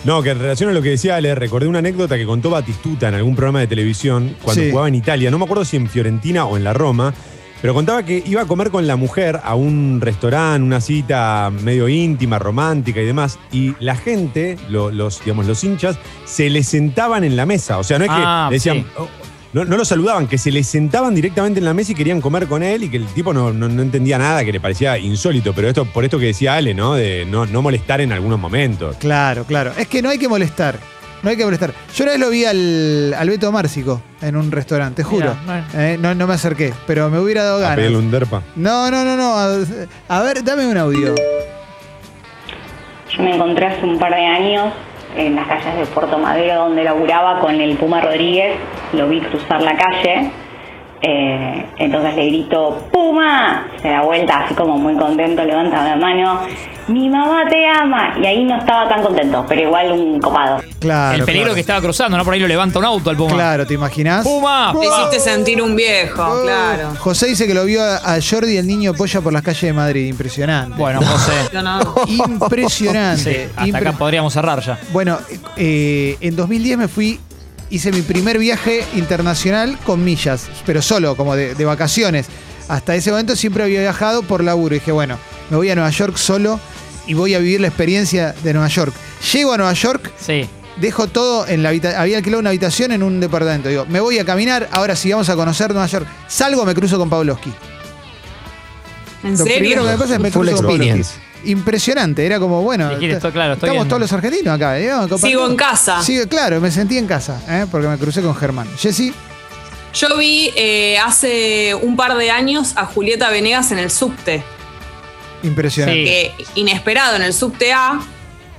S6: No, que en relación a lo que decía Ale, recordé una anécdota que contó Batistuta en algún programa de televisión cuando
S1: Sí.
S6: jugaba en Italia. No me acuerdo si en Fiorentina o en la Roma, pero contaba que iba a comer con la mujer a un restaurante, una cita medio íntima, romántica y demás. Y la gente, lo- los, digamos, los hinchas, se le sentaban en la mesa. O sea, no es que
S2: Ah,
S6: le decían.
S2: sí.
S6: "Oh", no, no lo saludaban, que se le sentaban directamente en la mesa y querían comer con él y que el tipo no, no- no entendía nada, que le parecía insólito. Pero esto por esto que decía Ale, ¿no? De no, no molestar en algunos momentos.
S1: claro, claro. Es que no hay que molestar. No hay que molestar. Yo una vez lo vi al, al Beto Márcico en un restaurante, te juro.
S2: Mirá,
S1: Eh, no, no me acerqué, pero me hubiera dado
S6: A pedirle
S1: ganas.
S6: un derpa.
S1: No, no, no, no. A, a ver, dame un audio.
S8: Yo me encontré hace un par de años en las calles de Puerto Madero donde laburaba con el Puma Rodríguez, lo vi cruzar la calle, eh, entonces le grito, ¡Puma! Se da vuelta así como muy contento, levanta la mano, ¡Mi mamá te ama! Y ahí no estaba tan contento, pero igual un copado.
S1: Claro.
S2: el peligro
S1: claro.
S2: que estaba cruzando, ¿no? Por ahí lo levanta un auto al Puma.
S1: Claro, ¿te imaginás? Oh.
S2: ¡Puma!
S3: Te hiciste sentir un
S2: Ah.
S3: viejo, claro.
S1: José dice que lo vio a a Jordi el niño polla por las calles de Madrid. Impresionante.
S2: Bueno, José.
S3: Yo no.
S1: Impresionante.
S2: sí, hasta
S1: Impre-
S2: acá podríamos cerrar ya.
S1: bueno, eh, en 2010 me fui, hice mi primer viaje internacional con millas, pero solo, como de, de vacaciones. Hasta ese momento siempre había viajado por laburo. Y dije, bueno, me voy a Nueva York solo y voy a vivir la experiencia de Nueva York. Llego a Nueva York
S2: Sí.
S1: Dejo todo en la habitación. Había alquilado una habitación en un departamento. Digo, me voy a caminar, ahora sí vamos a conocer Nueva York. Salgo, me cruzo con Pavlovsky.
S3: ¿En
S1: Lo primero
S3: serio?
S1: que me pasa es me
S5: Full
S1: cruzo con
S5: experience.
S1: Pavlovsky. Impresionante, era como, bueno,
S2: Dijiste,
S1: está-
S2: estoy- claro, estoy
S1: estamos
S2: en-
S1: todos los argentinos acá. ¿eh? digamos,
S3: Sigo
S1: compartimos.
S3: en casa.
S1: Sigo, claro, me sentí en casa, ¿eh? porque me crucé con Germán. Jessy,
S3: Yo vi eh, hace un par de años a Julieta Venegas en el subte.
S1: impresionante.
S2: Sí.
S3: que inesperado en el subte A,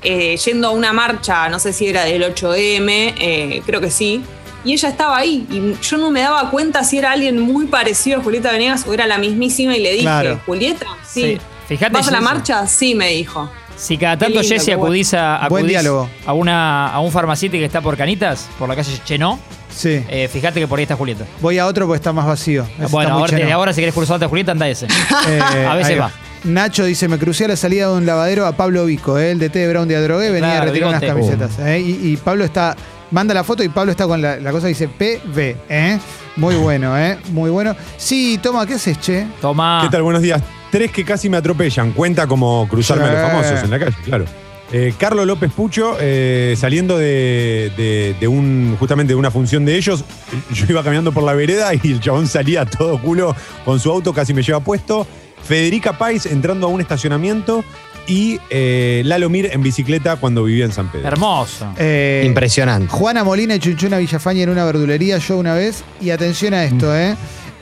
S3: eh, yendo a una marcha, no sé si era del 8M, eh, creo que sí, y ella estaba ahí. Y yo no me daba cuenta si era alguien muy parecido a Julieta Venegas o era la mismísima y le dije,
S1: Claro.
S3: Julieta, sí.
S2: Sí. Fíjate,
S3: ¿Vas a la
S2: Jessy.
S3: marcha? Sí, me dijo.
S2: Si cada
S3: Qué
S2: tanto
S3: lindo,
S2: Jesse
S3: qué bueno.
S2: acudís, a,
S1: Buen
S2: acudís
S1: diálogo.
S2: a, una, a un farmacéutico que está por Canitas, por la calle Chenó,
S1: Sí.
S2: eh, fíjate que por ahí está Julieta.
S1: Voy a otro porque está más vacío. Ese está
S2: bueno,
S1: muy
S2: ahora, desde
S1: lleno.
S2: ahora si querés cursarte a Julieta, anda ese.
S1: Eh,
S2: a veces
S1: ahí
S2: va.
S1: Nacho dice, me crucé a la salida de un lavadero a Pablo Vico, ¿eh? el DT de Brown de Adrogué, venía
S2: Claro, Uh.
S1: a retirar unas
S2: bigote.
S1: camisetas. ¿eh? Y, y Pablo está, manda la foto y Pablo está con la, la cosa que dice PV. ¿eh? Muy bueno, ¿eh? muy bueno. Sí, toma, ¿qué haces, che?
S2: Tomá.
S6: ¿Qué tal? Buenos días. Tres que casi me atropellan. Cuenta como cruzarme a los
S1: Sí.
S6: famosos en la calle, claro. Eh, Carlos López Pucho, eh, saliendo de, de- de un, justamente de una función de ellos, yo iba caminando por la vereda y el chabón salía a todo culo con su auto, casi me lleva puesto. Federica Pais entrando a un estacionamiento y eh, Lalo Mir en bicicleta cuando vivía en San Pedro.
S2: Hermoso.
S1: Eh,
S5: Impresionante.
S1: Juana Molina y Chunchuna Villafaña en una verdulería, yo una vez. Y atención a
S2: Mm.
S1: esto, ¿eh?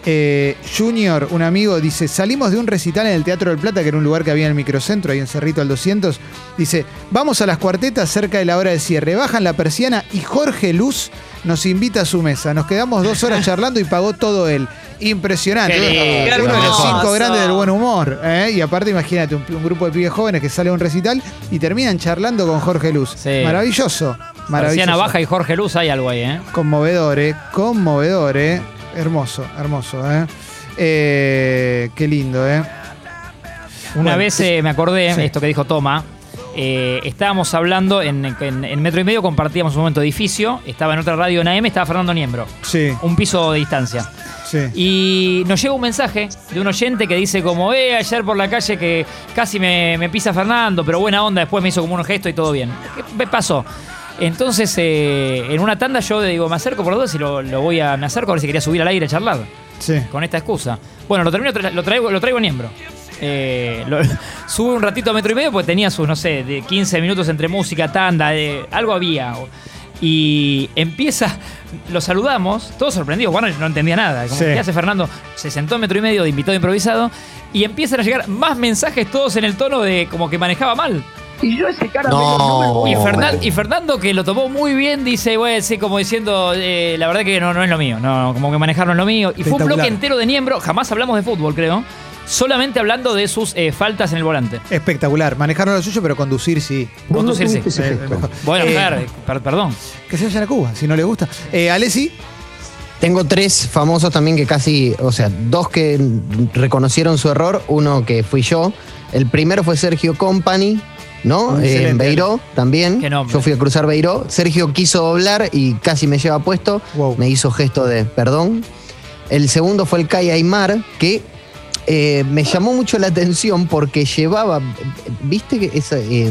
S1: Eh, Junior, un amigo, dice: Salimos de un recital en el Teatro del Plata, que era un lugar que había en el microcentro, ahí en Cerrito al 200. Dice: Vamos a las cuartetas cerca de la hora de cierre. Bajan la persiana y Jorge Luz nos invita a su mesa. Nos quedamos dos horas charlando y pagó todo él. Impresionante.
S2: Qué lindo.
S1: Uno de los
S3: Hermoso.
S1: cinco grandes del buen humor. ¿eh? Y aparte, imagínate, un, un grupo de pibes jóvenes que sale a un recital y terminan charlando con Jorge Luz.
S2: Sí.
S1: Maravilloso.
S2: García
S1: Maravilloso.
S2: Navaja y Jorge Luz, hay algo ahí, ¿eh?
S1: Conmovedor, eh. Conmovedor, eh. Hermoso, hermoso, eh. Eh, qué lindo, eh.
S2: Una
S1: Bueno,
S2: vez eh, me acordé,
S1: Sí.
S2: esto que dijo Toma, eh, estábamos hablando en, en- en metro y medio, compartíamos un momento de edificio, estaba en otra radio en AM, estaba Fernando Niembro,
S1: Sí,
S2: un piso de distancia.
S1: sí.
S2: Y nos llega un mensaje de un oyente que dice como, eh, ayer por la calle que casi me, me pisa Fernando, pero buena onda, después me hizo como un gesto y todo bien. ¿Qué me pasó? Entonces, eh, en una tanda yo digo, me acerco por dos y lo, lo voy a, me acerco a ver si quería subir al aire a charlar
S1: Sí.
S2: con esta excusa. Bueno, lo termino, tra- lo traigo, lo traigo en miembro. Eh, lo- sube un ratito a metro y medio porque tenía sus, no sé, de 15 minutos entre música, tanda, de- algo había. Y empieza, lo saludamos, todos sorprendidos, bueno, yo no entendía nada. Como,
S1: Sí.
S2: ¿Qué hace Fernando? Se sentó en metro y medio de invitado improvisado y empiezan a llegar más mensajes todos en el tono de como que manejaba mal.
S5: No.
S2: Y, Fernan- y Fernando, que lo tomó muy bien, dice, güey, sí, como diciendo, eh, la verdad que no, no es lo mío, no, como que manejar no es lo mío. Y fue un
S1: Espectacular.
S2: bloque entero de Niembro, jamás hablamos de fútbol, creo, solamente hablando de sus eh, faltas en el volante.
S1: Espectacular. Manejaron lo suyo, pero conducir sí.
S2: Vos no tuviste ese
S1: Eh, mejor.
S2: Bueno,
S1: Eh,
S2: mujer, per- perdón.
S1: Que se vayan a Cuba, si no le gusta. Eh, Alessi,
S5: Tengo tres famosos también que casi, o sea, dos que reconocieron su error, uno que fui yo. El primero fue Sergio Company, ¿no?
S1: Excelente,
S5: Eh, en Beiró también.
S2: Qué nombre.
S5: Yo fui a cruzar Beiró. Sergio quiso doblar y casi me lleva puesto.
S1: Wow.
S5: Me hizo gesto de perdón. El segundo fue el Kai Aymar, que eh, me llamó mucho la atención porque llevaba, viste que esa, eh,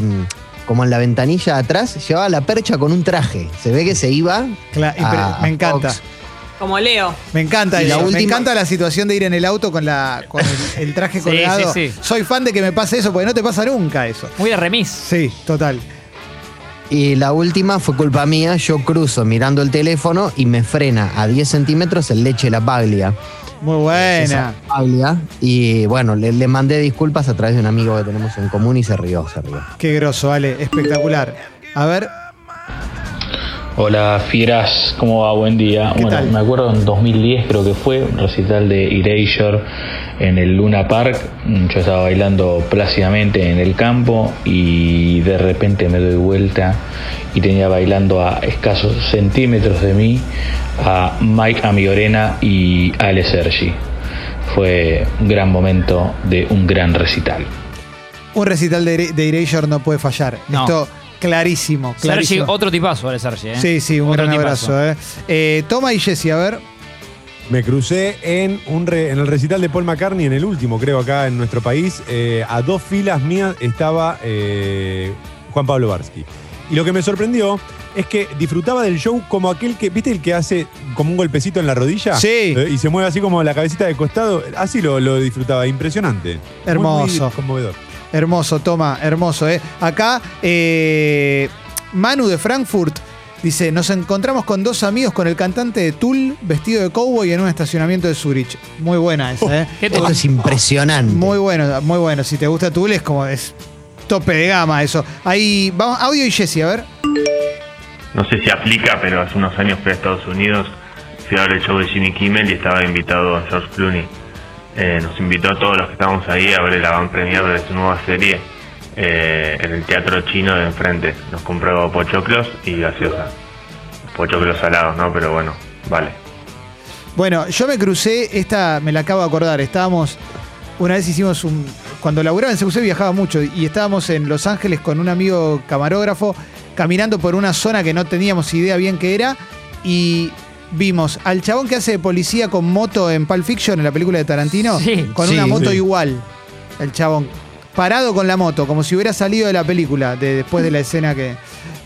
S5: como en la ventanilla atrás, llevaba la percha con un traje. Se ve que se iba.
S1: Cla- y
S5: a-
S1: pre- me
S5: a
S1: encanta.
S5: Fox.
S3: Como Leo.
S1: Me encanta
S5: Y la
S1: eso. Me
S5: última-
S1: encanta la situación de ir en el auto con la con el, el traje
S2: Sí,
S1: colgado.
S2: sí, sí.
S1: Soy fan de que me pase eso, porque no te pasa nunca eso.
S2: Muy de remis.
S1: Sí, total.
S5: Y la última fue culpa mía, yo cruzo mirando el teléfono y me frena a 10 centímetros el leche la paglia.
S1: Muy buena.
S5: Esa paglia. Y bueno, le, le mandé disculpas a través de un amigo que tenemos en común y se rió, se rió.
S1: Qué groso, Ale. Espectacular. A ver,
S9: Hola fieras, ¿cómo va? Buen día.
S1: ¿Qué
S9: bueno,
S1: tal?
S9: me acuerdo en 2010 creo que fue, un recital de Erasure en el Luna Park. Mm, Yo estaba bailando plácidamente en el campo y de repente me doy vuelta y tenía bailando a escasos centímetros de mí a Mike Amiorena y Ale Sergi. Fue un gran momento de un gran recital.
S1: un recital de, de Erasure no puede fallar.
S2: No.
S1: Esto clarísimo,
S2: Sergi,
S1: clarísimo.
S2: otro tipazo, vale, Sergi. ¿eh?
S1: Sí, sí, un
S2: Otro
S1: gran
S2: tipazo.
S1: abrazo. eh. Eh, Toma y Jessy, a ver.
S6: Me crucé en, un re- en el recital de Paul McCartney, en el último, creo, acá en nuestro país. Eh, a dos filas mías estaba eh, Juan Pablo Barsky. Y lo que me sorprendió es que disfrutaba del show como aquel que, ¿viste el que hace como un golpecito en la rodilla?
S1: Sí.
S6: Eh, y se mueve así como la cabecita de costado. Así lo, lo disfrutaba, impresionante. Muy,
S1: Hermoso.
S6: muy conmovedor.
S1: Hermoso, Toma, hermoso. eh. Acá, eh, Manu de Frankfurt dice: Nos encontramos con dos amigos con el cantante de Tool vestido de cowboy en un estacionamiento de Zurich. Muy buena esa, ¿eh?
S2: Oh, ¿Qué
S5: Esto
S2: tal?
S5: es impresionante.
S1: Muy bueno, muy bueno. Si te gusta Tool, es como es tope de gama eso. Ahí, vamos, audio y Jessy, a ver.
S10: no sé si aplica, pero hace unos años fui a Estados Unidos, fui a ver el show de Jimmy Kimmel y estaba invitado a George Clooney. Eh, nos invitó a todos los que estábamos ahí a ver el avant premiere de su nueva serie eh, en el teatro chino de enfrente. Nos compró pochoclos y gaseosa. Pochoclos salados, ¿no? Pero bueno, vale.
S1: Bueno, yo me crucé, esta me la acabo de acordar, estábamos, una vez hicimos un, cuando laburaba en CQC viajaba mucho y estábamos en Los Ángeles con un amigo camarógrafo caminando por una zona que no teníamos idea bien que era y vimos al chabón que hace de policía con moto en Pulp Fiction, en la película de Tarantino,
S2: Sí.
S1: con
S5: Sí.
S1: una moto
S6: Sí.
S1: igual, el chabón. parado con la moto, como si hubiera salido de la película, de- después de la escena que...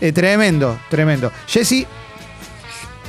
S1: eh, tremendo, tremendo. Jesse,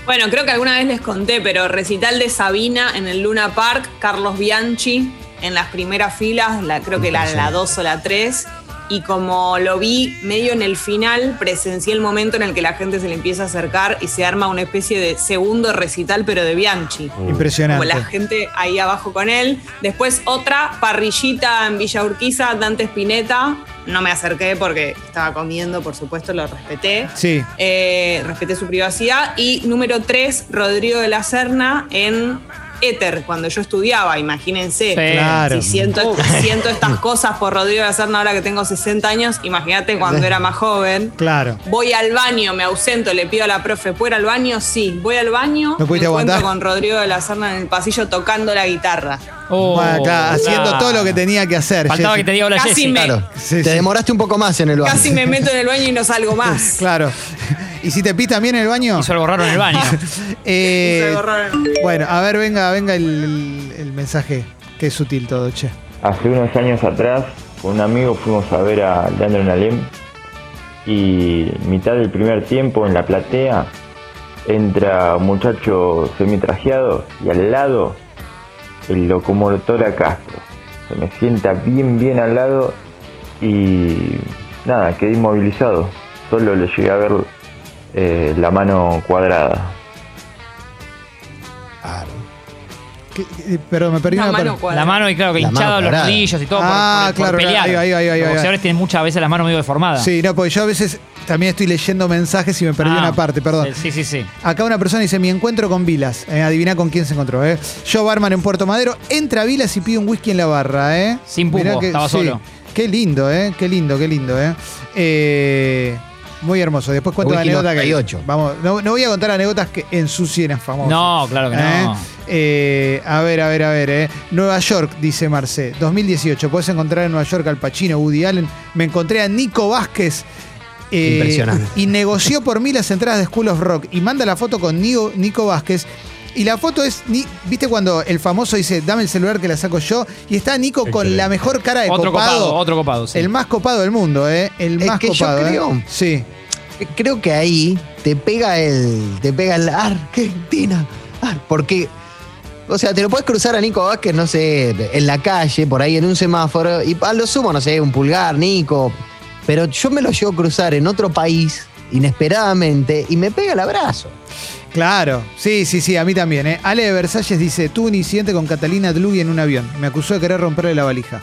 S3: Bueno, creo que alguna vez les conté, pero recital de Sabina en el Luna Park, Carlos Bianchi en las primeras filas, la, creo que la, la 2 o la 3. Y como lo vi medio en el final, presencié el momento en el que la gente se le empieza a acercar y se arma una especie de segundo recital, pero de Bianchi. Como
S1: impresionante.
S3: la gente ahí abajo con él. Después otra, parrillita en Villa Urquiza, Dante Spinetta. No me acerqué porque estaba comiendo, por supuesto, lo respeté.
S1: Sí,
S3: Eh, respeté su privacidad. Y número tres, Rodrigo de la Serna en Éter, cuando yo estudiaba, imagínense.
S2: Sí.
S1: claro.
S3: Si
S1: Oh.
S3: siento, siento estas cosas por Rodrigo de la Serna ahora que tengo 60 años, imagínate cuando era más joven.
S1: Claro.
S3: Voy al baño, me ausento, le pido a la profe, ¿puedo ir al baño? Sí, voy al baño,
S1: ¿No
S3: me
S1: pudiste
S3: encuentro
S1: aguantar?
S3: con Rodrigo de la Serna en el pasillo tocando la guitarra.
S2: Oh,
S1: Bueno, Ah, claro, haciendo
S2: claro.
S1: todo lo que tenía que hacer.
S2: Faltaba
S1: Jessy.
S2: que te diga hola
S3: Casi
S2: Jessy.
S3: me-
S5: Claro.
S1: Sí,
S5: te
S1: sí.
S5: demoraste un poco más en el baño.
S3: Casi me meto en el baño y no salgo más.
S1: Claro. ¿Y si te pis también en el baño?
S2: Hizo algo raro en el baño.
S1: Eh,
S3: Hizo algo raro.
S1: bueno, a ver, venga, venga el, el mensaje. Que es sutil todo, che.
S7: Hace unos años atrás, con un amigo fuimos a ver a Leandro Nalem y mitad del primer tiempo en la platea entra un muchacho semitrajeado y al lado el locomotora Castro. Se me sienta bien bien al lado y nada, quedé inmovilizado. Solo le llegué a ver eh, la mano cuadrada.
S1: ¿Qué- qué- perdón, me perdí
S3: Una
S1: una
S3: mano
S1: parte.
S3: cuadrada.
S2: La mano, y claro, que
S5: La mano
S2: hinchada los
S5: parada.
S2: rodillos y todo por-
S1: Ah,
S2: por, por
S1: claro,
S2: pelear.
S1: ahí va, ahí va, ahí va, ahí va.
S2: Los boxeadores tienen muchas veces la mano medio deformada.
S1: Sí, no, porque yo a veces también estoy leyendo mensajes y me perdí
S2: Ah,
S1: una parte, perdón.
S2: eh, Sí, sí, sí.
S1: Acá una persona dice, mi encuentro con Vilas. Eh, adivina con quién se encontró, ¿eh? Yo, barman en Puerto Madero, entra a Vilas y pide un whisky en la barra, ¿eh?
S2: Sin pupo,
S1: Mirá que-
S2: estaba solo.
S1: Qué lindo, ¿eh? Qué lindo, qué lindo, ¿eh? Eh, muy hermoso. Después cuento la
S5: Whisky
S1: anécdota que...
S5: 98.
S1: Vamos, no, no voy a contar anécdotas que ensucien a famosos.
S2: No, claro que
S1: ¿Eh?
S2: no.
S1: Eh, a ver, a ver, a ver. eh. Nueva York, dice Marce. 2018. Podés encontrar en Nueva York al Pacino, Woody Allen. Me encontré a Nico Vázquez. eh,
S5: Impresionante.
S1: Y negoció por mí las entradas de School of Rock. Y manda la foto con Nico, Nico Vázquez. Y la foto es, ni- ¿viste cuando el famoso dice, dame el celular que la saco yo? Y está Nico con
S6: Excelente.
S1: la mejor cara de
S2: Otro copado, otro copado. sí.
S1: El más copado del mundo, ¿eh? El
S5: Es
S1: más
S5: que yo
S1: copado. ¿eh?
S5: creo-
S1: Sí.
S5: Eh, Creo que ahí te pega el. Te pega el Argentina. Ar- porque. O sea, te lo puedes cruzar a Nico Vázquez, no sé, en la calle, por ahí en un semáforo, y a lo sumo, no sé, un pulgar, Nico. Pero yo me lo llevo a cruzar en otro país, inesperadamente, y me pega el abrazo.
S1: Claro, sí, sí, sí, a mí también. ¿eh? Ale de Versalles dice, tuve un incidente con Catalina Dlugi en un avión. Me acusó de querer romperle la valija.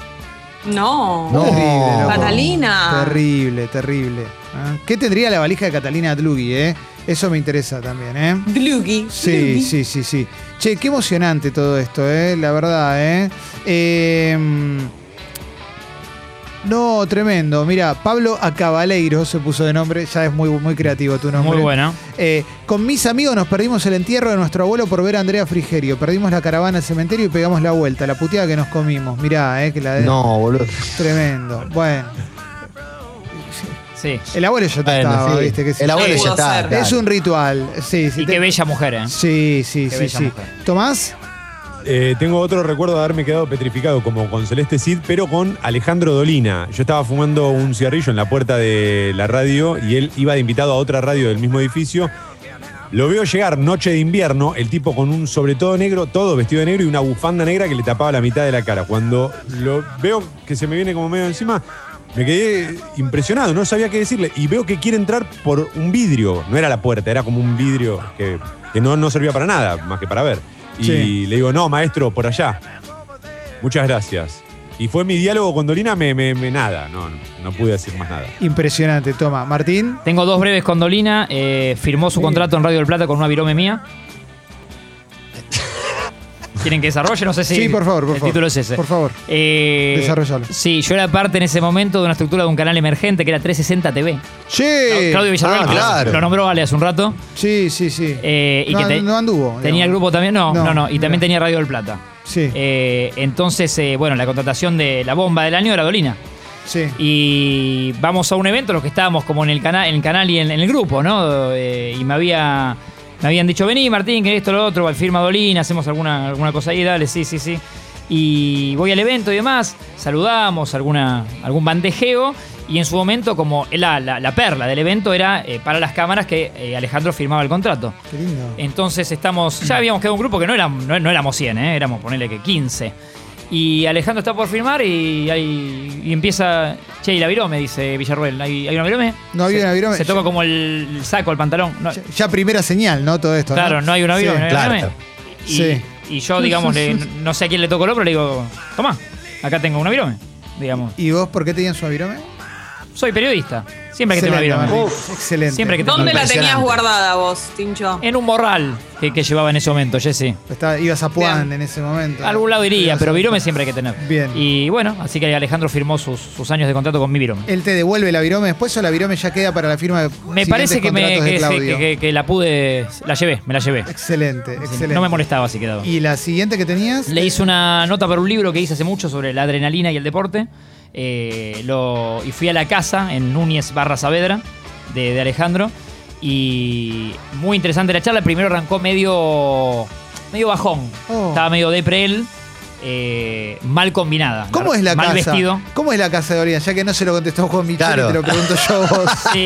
S3: No.
S5: No.
S1: loco.
S3: Catalina.
S1: Terrible, terrible. ¿Ah? ¿Qué tendría la valija de Catalina Dlugi, eh? Eso me interesa también, ¿eh?
S3: Dlugi.
S1: Sí, sí, sí, sí. Che, qué emocionante todo esto, ¿eh? La verdad, ¿eh? Em, no, tremendo. Mira, Pablo Acabaleiro se puso de nombre. Ya es muy, muy creativo tu nombre.
S2: Muy bueno.
S1: Eh, con mis amigos nos perdimos el entierro de nuestro abuelo por ver a Andrea Frigerio. Perdimos la caravana al cementerio y pegamos la vuelta. La puteada que nos comimos. Mirá, eh, que la de...
S5: No, boludo.
S1: Tremendo. Bueno,
S2: Sí.
S1: el abuelo ya
S5: Bueno,
S1: estaba,
S5: sí.
S1: ¿viste? Que sí.
S5: El abuelo
S3: Sí,
S5: ya
S3: pudo
S5: está.
S3: ser.
S5: claro.
S1: Es un ritual. Sí, sí.
S2: Y
S1: te-
S2: qué bella mujer, ¿eh?
S1: Sí, sí,
S2: Qué
S1: sí,
S2: bella
S1: sí.
S2: mujer.
S1: ¿Tomás?
S6: Eh, tengo otro recuerdo de haberme quedado petrificado como con Celeste Cid, pero con Alejandro Dolina. Yo estaba fumando un cigarrillo en la puerta de la radio y él iba de invitado a otra radio del mismo edificio. Lo veo llegar noche de invierno, el tipo con un sobre todo negro, todo vestido de negro y una bufanda negra que le tapaba la mitad de la cara. Cuando lo veo que se me viene como medio encima, me quedé impresionado, no sabía qué decirle. Y veo que quiere entrar por un vidrio, no era la puerta, era como un vidrio que, que no, no servía para nada, más que para ver. Y
S1: Sí.
S6: le digo, no, maestro, por allá. Muchas gracias. Y fue mi diálogo con Dolina, me, me- me nada, no, no, no pude decir más nada.
S1: Impresionante, toma. Martín,
S2: Tengo dos breves con Dolina. eh, firmó su contrato en Radio del Plata con una virome mía. ¿Quieren que desarrolle? No sé si.
S1: Sí, por favor, por
S2: el
S1: favor.
S2: título es ese.
S1: Por favor.
S2: Eh,
S1: Desarrollalo.
S2: Sí, yo era parte en ese momento de una estructura de un canal emergente que era 360 TV.
S1: ¡Che!
S2: Claudio Villarreal
S5: ah,
S2: que lo-
S5: claro.
S2: lo nombró Ale hace un rato.
S1: Sí, sí, sí.
S2: Eh, y
S1: no,
S2: que te-
S1: no anduvo.
S2: Tenía
S1: digamos.
S2: el grupo también. No,
S1: No,
S2: no, no. y también
S1: mira.
S2: tenía Radio del Plata.
S1: Sí,
S2: Eh, entonces, eh, bueno, la contratación de la bomba del año era Dolina.
S1: sí.
S2: Y vamos a un evento, los que estábamos como en el canal, en el canal y en, en el grupo, ¿no? Eh, y me había Me habían dicho, vení Martín, que esto, lo otro, firma Dolina, hacemos alguna, alguna cosa ahí, dale, sí, sí, sí. Y voy al evento y demás, saludamos, alguna, algún bandejeo. Y en su momento, como la, la- la perla del evento era eh, para las cámaras que eh, Alejandro firmaba el contrato.
S1: Qué lindo.
S2: Entonces estamos, ya habíamos quedado un grupo que no, eran, no, no éramos 100, ¿eh? éramos ponerle que 15. Y Alejandro está por firmar y, ahí- y empieza, che, ¿y la virome? Dice Villarruel, ¿hay, hay una virome?
S1: No había
S2: Se-
S1: una virome.
S2: Se toca como el, el saco, el pantalón. No,
S1: Ya, ya primera señal, ¿no? Todo esto.
S2: claro, no hay una
S1: Sí.
S2: virome, no hay una
S5: claro.
S2: virome. Y,
S1: Sí.
S2: y yo, digamos, le- no sé a quién le tocó el otro, le digo, tomá, acá tengo una virome, digamos.
S1: ¿Y vos por qué tenías su avirome?
S2: Soy periodista, siempre hay que tengo una
S1: Excelente,
S2: virome.
S1: Martín. Excelente.
S2: Siempre hay que tener
S3: ¿Dónde la tenías
S5: Impresionante.
S3: guardada vos, Tincho?
S2: En un morral que, que llevaba en ese momento, Jesse.
S1: Estaba- ibas a Puan
S3: Bien.
S1: en ese momento.
S2: A algún lado iría,
S1: Ibas
S2: pero
S1: a-
S2: virome siempre hay que tener.
S1: Bien.
S2: Y bueno, así que Alejandro firmó sus, sus años de contrato con mi virome.
S1: ¿Él te devuelve la virome después o la virome ya queda para la firma de
S2: Me
S1: Eh, siguientes
S2: parece que, me-
S1: contratos
S2: que-
S1: de Claudio?
S2: que- que- que la pude, la llevé, me la llevé.
S1: Excelente, excelente.
S2: No me molestaba si quedaba.
S1: ¿Y la siguiente que tenías?
S2: Le hice una nota para un libro que hice hace mucho sobre la adrenalina y el deporte. Eh, lo, y fui a la casa en Núñez Barra Saavedra de, de Alejandro. Y muy interesante la charla. Primero arrancó medio, medio bajón.
S1: Oh.
S2: Estaba medio depre él. eh, mal combinada.
S1: ¿Cómo es la
S2: mal
S1: casa?
S2: vestido.
S1: ¿Cómo es la casa de Orián? Ya que no se lo contestó Juan Michel,
S5: Claro.
S1: te lo pregunto yo a vos.
S2: Sí.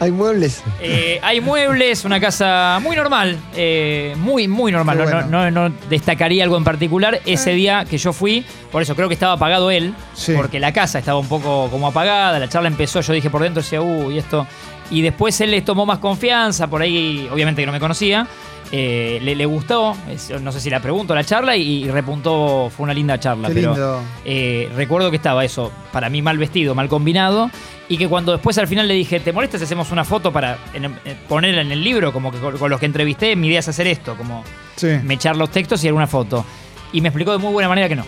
S5: Hay muebles.
S2: Eh, hay muebles, una casa muy normal, eh, muy, muy normal.
S1: Qué
S2: No,
S1: bueno.
S2: no- no- no destacaría algo en particular. Ese día que yo fui, por eso creo que estaba apagado él,
S1: Sí.
S2: porque la casa estaba un poco como apagada, la charla empezó, yo dije por dentro, decía, uy, esto. Y después él les tomó más confianza, por ahí obviamente que no me conocía. eh, le, le gustó, es- no sé si la pregunto la charla y, y repuntó, fue una linda charla.
S1: Qué
S2: pero,
S1: lindo.
S2: eh, recuerdo que estaba eso, para mí mal vestido, mal combinado, y que cuando después al final le dije, ¿te molesta si hacemos una foto para en- eh, ponerla en el libro? Como que con, con los que entrevisté, mi idea es hacer esto, como
S1: Sí.
S2: mechar los textos y alguna foto. Y me explicó de muy buena manera que no.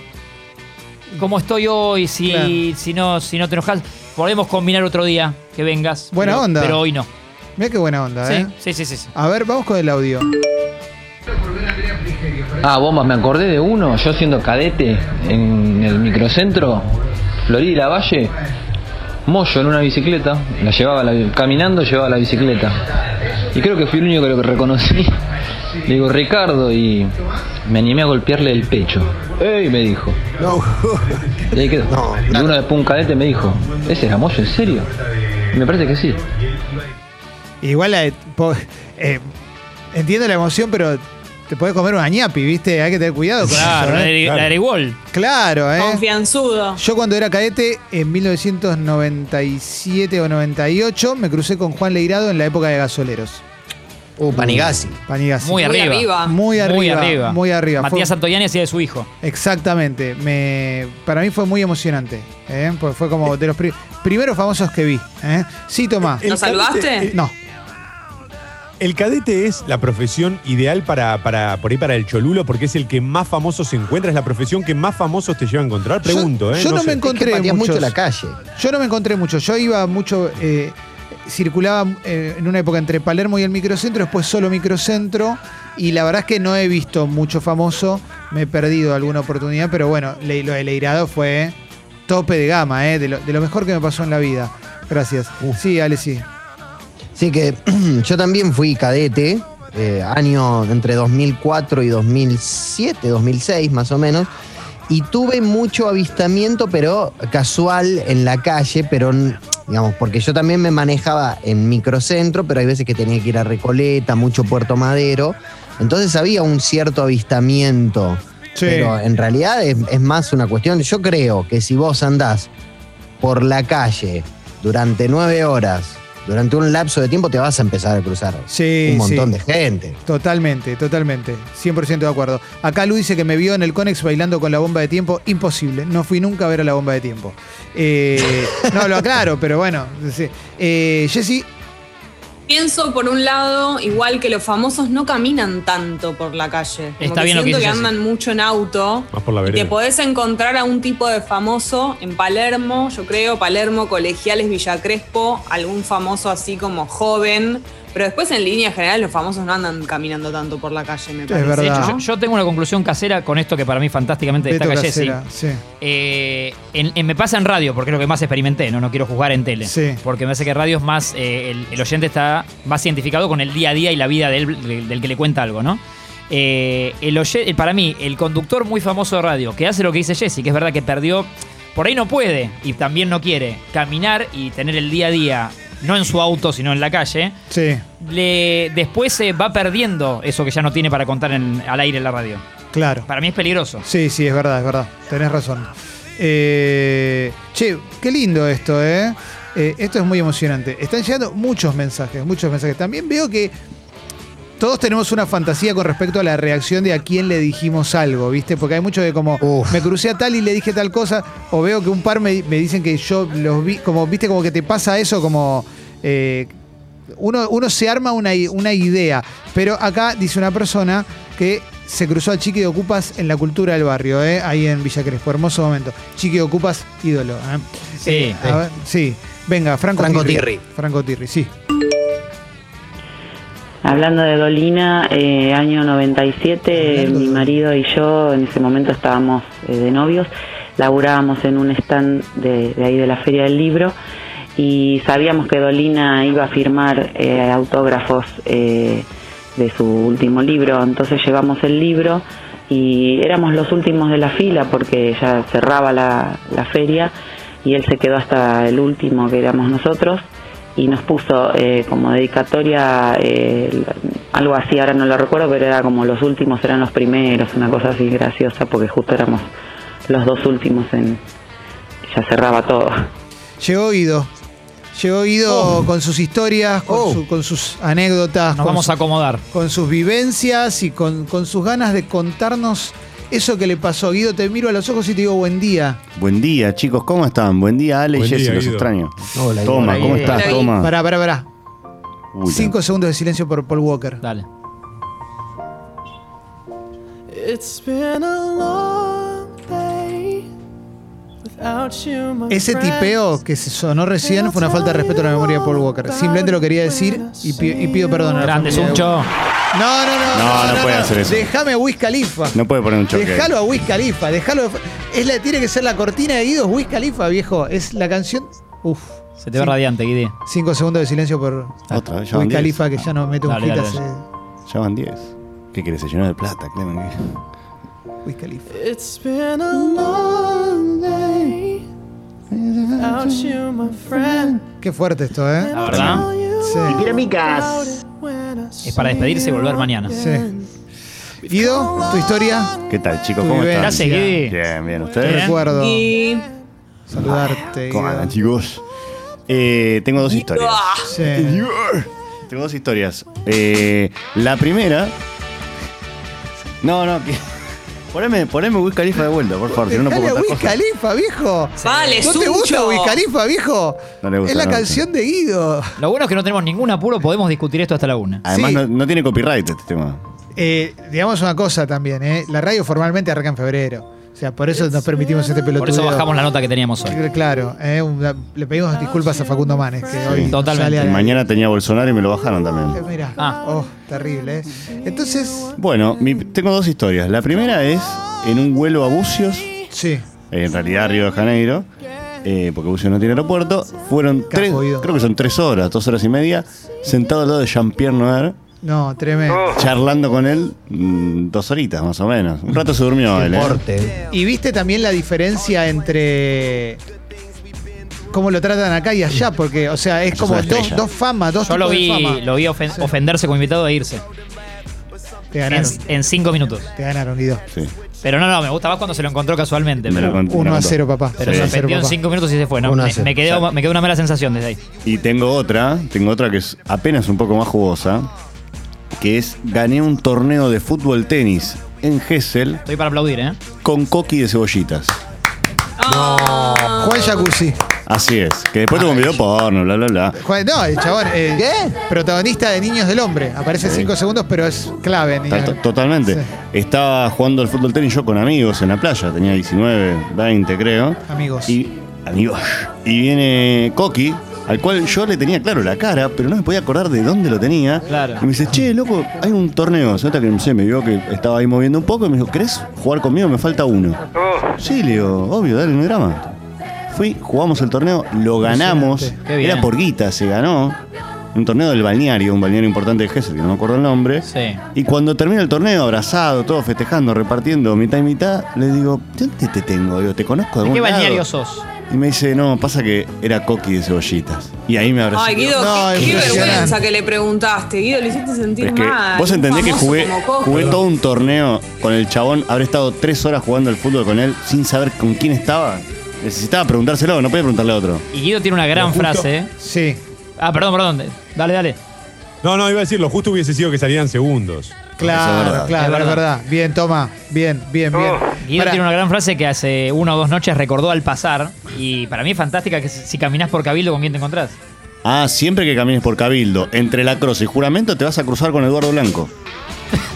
S2: ¿Cómo estoy hoy? Si,
S1: Claro.
S2: si, no, si no te enojas, podemos combinar otro día que vengas.
S1: Buena
S2: pero,
S1: onda.
S2: Pero hoy no.
S1: Mira qué buena onda,
S2: Sí,
S1: ¿eh?
S2: sí, sí, sí, sí.
S1: A ver, vamos con el audio.
S9: Ah, bombas, me acordé de uno, yo siendo cadete en el microcentro, Florida y la Valle, Moyo en una bicicleta, la llevaba la- caminando, llevaba la bicicleta. Y creo que fui el único que lo reconocí. Le digo, Ricardo, y me animé a golpearle el pecho. ¡Ey! me dijo.
S5: No.
S9: Y ahí quedó.
S5: No,
S9: y uno después un cadete me dijo, ¿ese era Moyo, en serio? Y me parece que sí.
S1: Igual la de- po- eh, entiendo la emoción, pero te podés comer una ñapi, ¿viste? Hay que tener cuidado con
S2: Claro,
S1: eso,
S2: la
S1: ¿eh?
S2: de- la de Wall.
S1: Claro, ¿eh?
S3: Confianzudo.
S1: Yo cuando era cadete, en 1997 o 98, me crucé con Juan Leirado en la época de gasoleros.
S5: Uh, Panigasi.
S1: Panigasi.
S2: Muy arriba.
S3: arriba.
S1: Muy arriba. Muy arriba.
S2: Matías
S1: Fue-
S2: Santoyani hacía de su hijo.
S1: Exactamente. Me, para mí fue muy emocionante. ¿eh? Porque fue como de los pri- primeros famosos que vi. ¿eh? Sí, Tomás.
S3: ¿Lo
S6: eh,
S3: salvaste?
S1: eh, No.
S6: El cadete es la profesión ideal para, para, por ahí para el cholulo porque es el que más famosos se encuentra, es la profesión que más famosos te lleva a encontrar. Pregunto, ¿eh?
S1: yo no
S6: sé.
S1: me enco- Encontré
S5: es que pateás mucho
S1: muchos.
S5: la calle.
S1: Yo no me encontré mucho. Yo iba mucho. eh, circulaba eh, en una época entre Palermo y el microcentro, después solo microcentro. Y la verdad es que no he visto mucho famoso. Me he perdido alguna oportunidad, pero bueno, le- lo de Leirado fue tope de gama, ¿eh? de, lo, de lo mejor que me pasó en la vida. Gracias. Sí, Ale, sí.
S5: Sí, que yo también fui cadete, eh, año entre 2004 y 2007, 2006 más o menos, y tuve mucho avistamiento, pero casual en la calle, pero n- digamos, porque yo también me manejaba en microcentro, pero hay veces que tenía que ir a Recoleta, mucho Puerto Madero, entonces había un cierto avistamiento.
S1: Sí.
S5: Pero en realidad es, es más una cuestión. Yo creo que si vos andás por la calle durante nueve horas, durante un lapso de tiempo, te vas a empezar a cruzar
S1: Sí,
S5: un montón
S1: sí.
S5: de gente.
S1: Totalmente, totalmente. 100% de acuerdo. Acá Lu dice que me vio en el Conex bailando con la bomba de tiempo. Imposible. No fui nunca a ver a la bomba de tiempo. Eh, no, lo aclaro, pero bueno. sí. Eh, Jessy,
S3: Pienso, por un lado, igual que los famosos no caminan tanto por la calle. Como
S2: Está bien lo que
S3: siento
S2: dice
S3: que
S2: Ceci.
S3: andan mucho en auto.
S6: Más por la
S3: Y
S6: vereda.
S3: te podés encontrar a un tipo de famoso en Palermo, yo creo, Palermo, Colegiales, Villa Crespo, algún famoso así como joven, Pero después, en línea general, los famosos no andan caminando tanto por la calle, me
S1: Es
S3: parece.
S1: verdad.
S3: ¿no?
S2: Yo, yo tengo una conclusión casera con esto que para mí fantásticamente
S1: Beto
S2: destaca Jessy.
S1: Casera, sí.
S2: Eh, en- en- me pasa en radio, porque es lo que más experimenté, no, no quiero jugar en tele.
S1: Sí.
S2: Porque me hace que radio es más. eh, el, el oyente está más identificado con el día a día y la vida del, del- del que le cuenta algo, ¿no? Eh, el oye- para mí, el conductor muy famoso de radio, que hace lo que dice Jessy, que es verdad que perdió. Por ahí no puede, y también no quiere, caminar y tener el día a día, no en su auto, sino en la calle.
S1: Sí,
S2: le- después se va perdiendo eso que ya no tiene para contar en- al aire en la radio.
S1: claro.
S2: Para mí es peligroso.
S1: Sí, sí, es verdad, es verdad. Tenés razón. Eh, che, qué lindo esto, ¿eh? Eh, Esto es muy emocionante. Están llegando muchos mensajes, muchos mensajes. También veo que todos tenemos una fantasía con respecto a la reacción de a quién le dijimos algo, ¿viste? Porque hay mucho de como,
S5: Uf.
S1: me crucé a tal y le dije tal cosa, o veo que un par me, me dicen que yo los vi, como, ¿viste? Como que te pasa eso, como... eh, uno, uno se arma una, i- una idea, pero acá dice una persona que se cruzó a Chiqui de Ocupas en la cultura del barrio, ¿eh? ahí en Villa Crespo. Hermoso momento. Chiqui de Ocupas, ídolo. ¿eh?
S2: Sí,
S1: Eh, a
S5: sí.
S1: ver, sí. Venga, Franco,
S5: Franco Tirri.
S1: Franco Tirri, sí.
S8: Hablando de Dolina, eh, año 97,
S1: Hablando de-
S8: mi marido y yo en ese momento estábamos eh, de novios, laburábamos en un stand de, de ahí de la Feria del Libro y sabíamos que Dolina iba a firmar eh, autógrafos eh, de su último libro, entonces llevamos el libro y éramos los últimos de la fila porque ya cerraba la, la feria y él se quedó hasta el último que éramos nosotros y nos puso eh, como dedicatoria eh, algo así, ahora no lo recuerdo, pero era como los últimos eran los primeros, una cosa así graciosa, porque justo éramos los dos últimos en... Ya cerraba todo.
S1: Llegó Guido. Llegó Guido con sus historias, con,
S5: Oh.
S1: su- con sus anécdotas,
S2: Oh. Nos
S1: con,
S2: vamos a acomodar.
S1: con sus vivencias y con, con sus ganas de contarnos eso que le pasó. Guido, te miro a los ojos y te digo buen día.
S11: Buen día, chicos, ¿cómo están? Buen día, Ale y
S6: Buen
S11: Jessy,
S6: día,
S11: los
S6: Guido.
S11: extraño.
S5: Hola, Guido.
S11: Toma,
S2: Hola,
S11: ¿cómo
S2: Guido.
S11: estás?
S3: Hola,
S2: Ah.
S11: Toma.
S1: Pará, pará, pará.
S11: Uy, la-
S1: Cinco segundos de silencio por Paul Walker.
S2: Dale.
S1: Ese tipeo que se sonó recién fue una falta de respeto a la memoria de Paul Walker. Simplemente lo quería decir y, pi- y pido perdón. a la
S2: Grande,
S1: familia de-
S2: Suncho.
S1: No, no, no.
S11: No, no puede hacer eso.
S1: Déjame a Wiz Khalifa.
S11: No puede poner un choque.
S1: Déjalo a Wiz Khalifa. Déjalo. Es la, tiene que ser la cortina de Guido. es Wiz Khalifa, viejo. Es la canción. Uf.
S2: Se te ve radiante, Guidi.
S1: Cinco segundos de silencio por
S11: Otra vez, ya van
S1: Wiz
S11: 10.
S1: Khalifa que ya no mete un
S2: Dale,
S1: hit
S2: dale,
S1: hace-
S11: Ya van 10. ¿Qué quieres? Se llenó de plata, Clemen.
S1: Wiz Khalifa. Qué fuerte esto, ¿eh?
S2: La verdad,
S1: Sí.
S2: es para despedirse y volver mañana.
S1: sí. Guido, tu historia.
S11: ¿Qué tal, chicos?
S1: Tu
S11: ¿Cómo están?
S2: Gracias, Guidi.
S11: Bien, bien.
S1: Te
S11: ¿Ustedes?
S2: Bien.
S1: recuerdo
S3: Y.
S1: saludarte.
S11: ¿Cómo andan,
S1: Guido.
S11: chicos? Eh, tengo dos historias.
S1: Sí.
S11: Tengo dos historias. Eh, la primera. No, no, que. Poneme, poneme Wiz Khalifa de vuelta, por favor. si no, no puedo
S1: Dejale a
S11: contar
S1: Wiz
S11: cosas.
S1: Khalifa, viejo.
S3: Vale,
S1: ¿No te
S3: Suncho.
S1: gusta Wiz Khalifa, viejo?
S11: No le gusta,
S1: es la
S11: no le
S1: canción de Guido.
S2: Lo bueno es que no tenemos ningún apuro, podemos discutir esto hasta la una.
S11: Además,
S1: Sí.
S11: no, no tiene copyright este tema.
S1: Eh, digamos una cosa también, ¿eh? La radio formalmente arranca en febrero. O sea, por eso nos permitimos este pelotudo.
S2: Por eso bajamos la nota que teníamos hoy.
S1: Claro, ¿eh? Una- le pedimos disculpas a Facundo Manes, que hoy no
S2: Totalmente.
S1: sale a
S11: Y
S1: la-
S11: mañana tenía Bolsonaro y me lo bajaron
S1: Eh,
S11: también.
S1: mirá.
S2: Ah.
S1: oh, terrible, ¿eh? Entonces,
S11: Bueno, mi- tengo dos historias. La primera es en un vuelo a Bucios,
S1: sí,
S11: en realidad a Río de Janeiro, eh, porque Bucios no tiene aeropuerto. Fueron tres,
S1: jodido.
S11: creo que son tres horas, dos horas y media, sentado al lado de Jean-Pierre Noir,
S1: no, tremendo.
S11: Oh. charlando con él mm, dos horitas más o menos. Un rato se durmió él. ¿eh?
S5: Deporte.
S1: Y viste también la diferencia entre cómo lo tratan acá y allá, porque, o sea, es
S11: Es
S1: como
S11: una
S1: dos,
S11: estrella.
S1: dos famas, dos
S2: Yo lo
S1: tipos de
S2: vi,
S1: fama.
S2: lo vi ofen- ofenderse como invitado e irse.
S1: Te
S2: En,
S1: ganaron,
S2: en cinco minutos.
S1: te ganaron, Guido.
S11: Sí,
S2: Pero no, no, me gustaba cuando se lo encontró casualmente.
S11: me lo
S2: Pero,
S11: cont- me
S1: 1
S11: lo
S1: a
S11: contó.
S1: 0, papá.
S2: pero
S11: Sí.
S2: se
S1: Uno a cero,
S2: ofendió en
S1: papá.
S2: cinco minutos y se fue. No,
S5: Uno a
S2: me,
S5: cero.
S2: me quedó, me quedó una mala sensación desde ahí.
S11: Y tengo otra, tengo otra que es apenas un poco más jugosa, que es gané un torneo de fútbol tenis en Gessel
S2: Estoy para aplaudir, ¿eh?
S11: con coqui de cebollitas.
S1: Juan Jacuzzi.
S11: Así es, que después tuvo un video porno, bla, bla, bla.
S1: Juan- no, el chabón. eh, Protagonista de Niños del Hombre. Aparece
S11: Sí.
S1: 5 segundos, pero es clave en Niños del
S11: Ta- to-
S1: Hombre.
S11: Totalmente.
S1: Sí.
S11: Estaba jugando al fútbol tenis yo con amigos en la playa, tenía 19, 20 creo.
S1: Amigos.
S11: Y amigos. Y viene Coqui al cual yo le tenía claro la cara, pero no me podía acordar de dónde lo tenía.
S2: Claro.
S11: Y me dice, che, loco, hay un torneo. Se nota que no sé, me vio que estaba ahí moviendo un poco y me dijo, ¿querés jugar conmigo? Me falta uno. Sí, le digo, obvio, dale, no hay drama. Fui, jugamos el torneo, lo ganamos.
S2: Qué bien.
S11: Era por guita, se ganó. Un torneo del balneario, un balneario importante de Gesell, que no me acuerdo el nombre.
S2: Sí.
S11: Y cuando termina el torneo, abrazado, todo festejando, repartiendo mitad y mitad, le digo, ¿dónde te tengo? Digo, ¿te conozco de
S2: ¿De
S11: algún
S2: qué
S11: lado?".
S2: balneario sos?
S11: Y me dice, no, pasa que era coqui de cebollitas. Y ahí me abrazó.
S3: Ay, Guido,
S1: No,
S3: qué, qué
S1: impresionante.
S3: vergüenza que le preguntaste. Guido, le hiciste sentir
S11: Es que
S3: mal.
S11: vos
S3: Un
S11: entendés que
S3: famoso
S11: jugué,
S3: como Coco.
S11: jugué todo un torneo con el chabón, habré estado tres horas jugando al fútbol con él sin saber con quién estaba. Necesitaba preguntárselo, no podía preguntarle a otro.
S2: Y Guido tiene una gran
S6: Lo justo-
S2: frase, ¿eh?
S1: Sí.
S2: Ah, perdón, perdón. Dale, dale.
S6: No, no, iba a decir, lo justo hubiese sido que salieran segundos.
S1: Claro,
S11: verdad.
S1: claro,
S2: Es
S1: es
S2: verdad.
S1: verdad. Bien, toma. Bien, bien, bien.
S2: Guido
S1: Pará.
S2: tiene una gran frase que hace una o dos noches recordó al pasar. Y para mí es fantástica que si si caminás por Cabildo, ¿con quién te encontrás?
S11: Ah, siempre que camines por Cabildo, entre la croce y juramento, te vas a cruzar con Eduardo Blanco.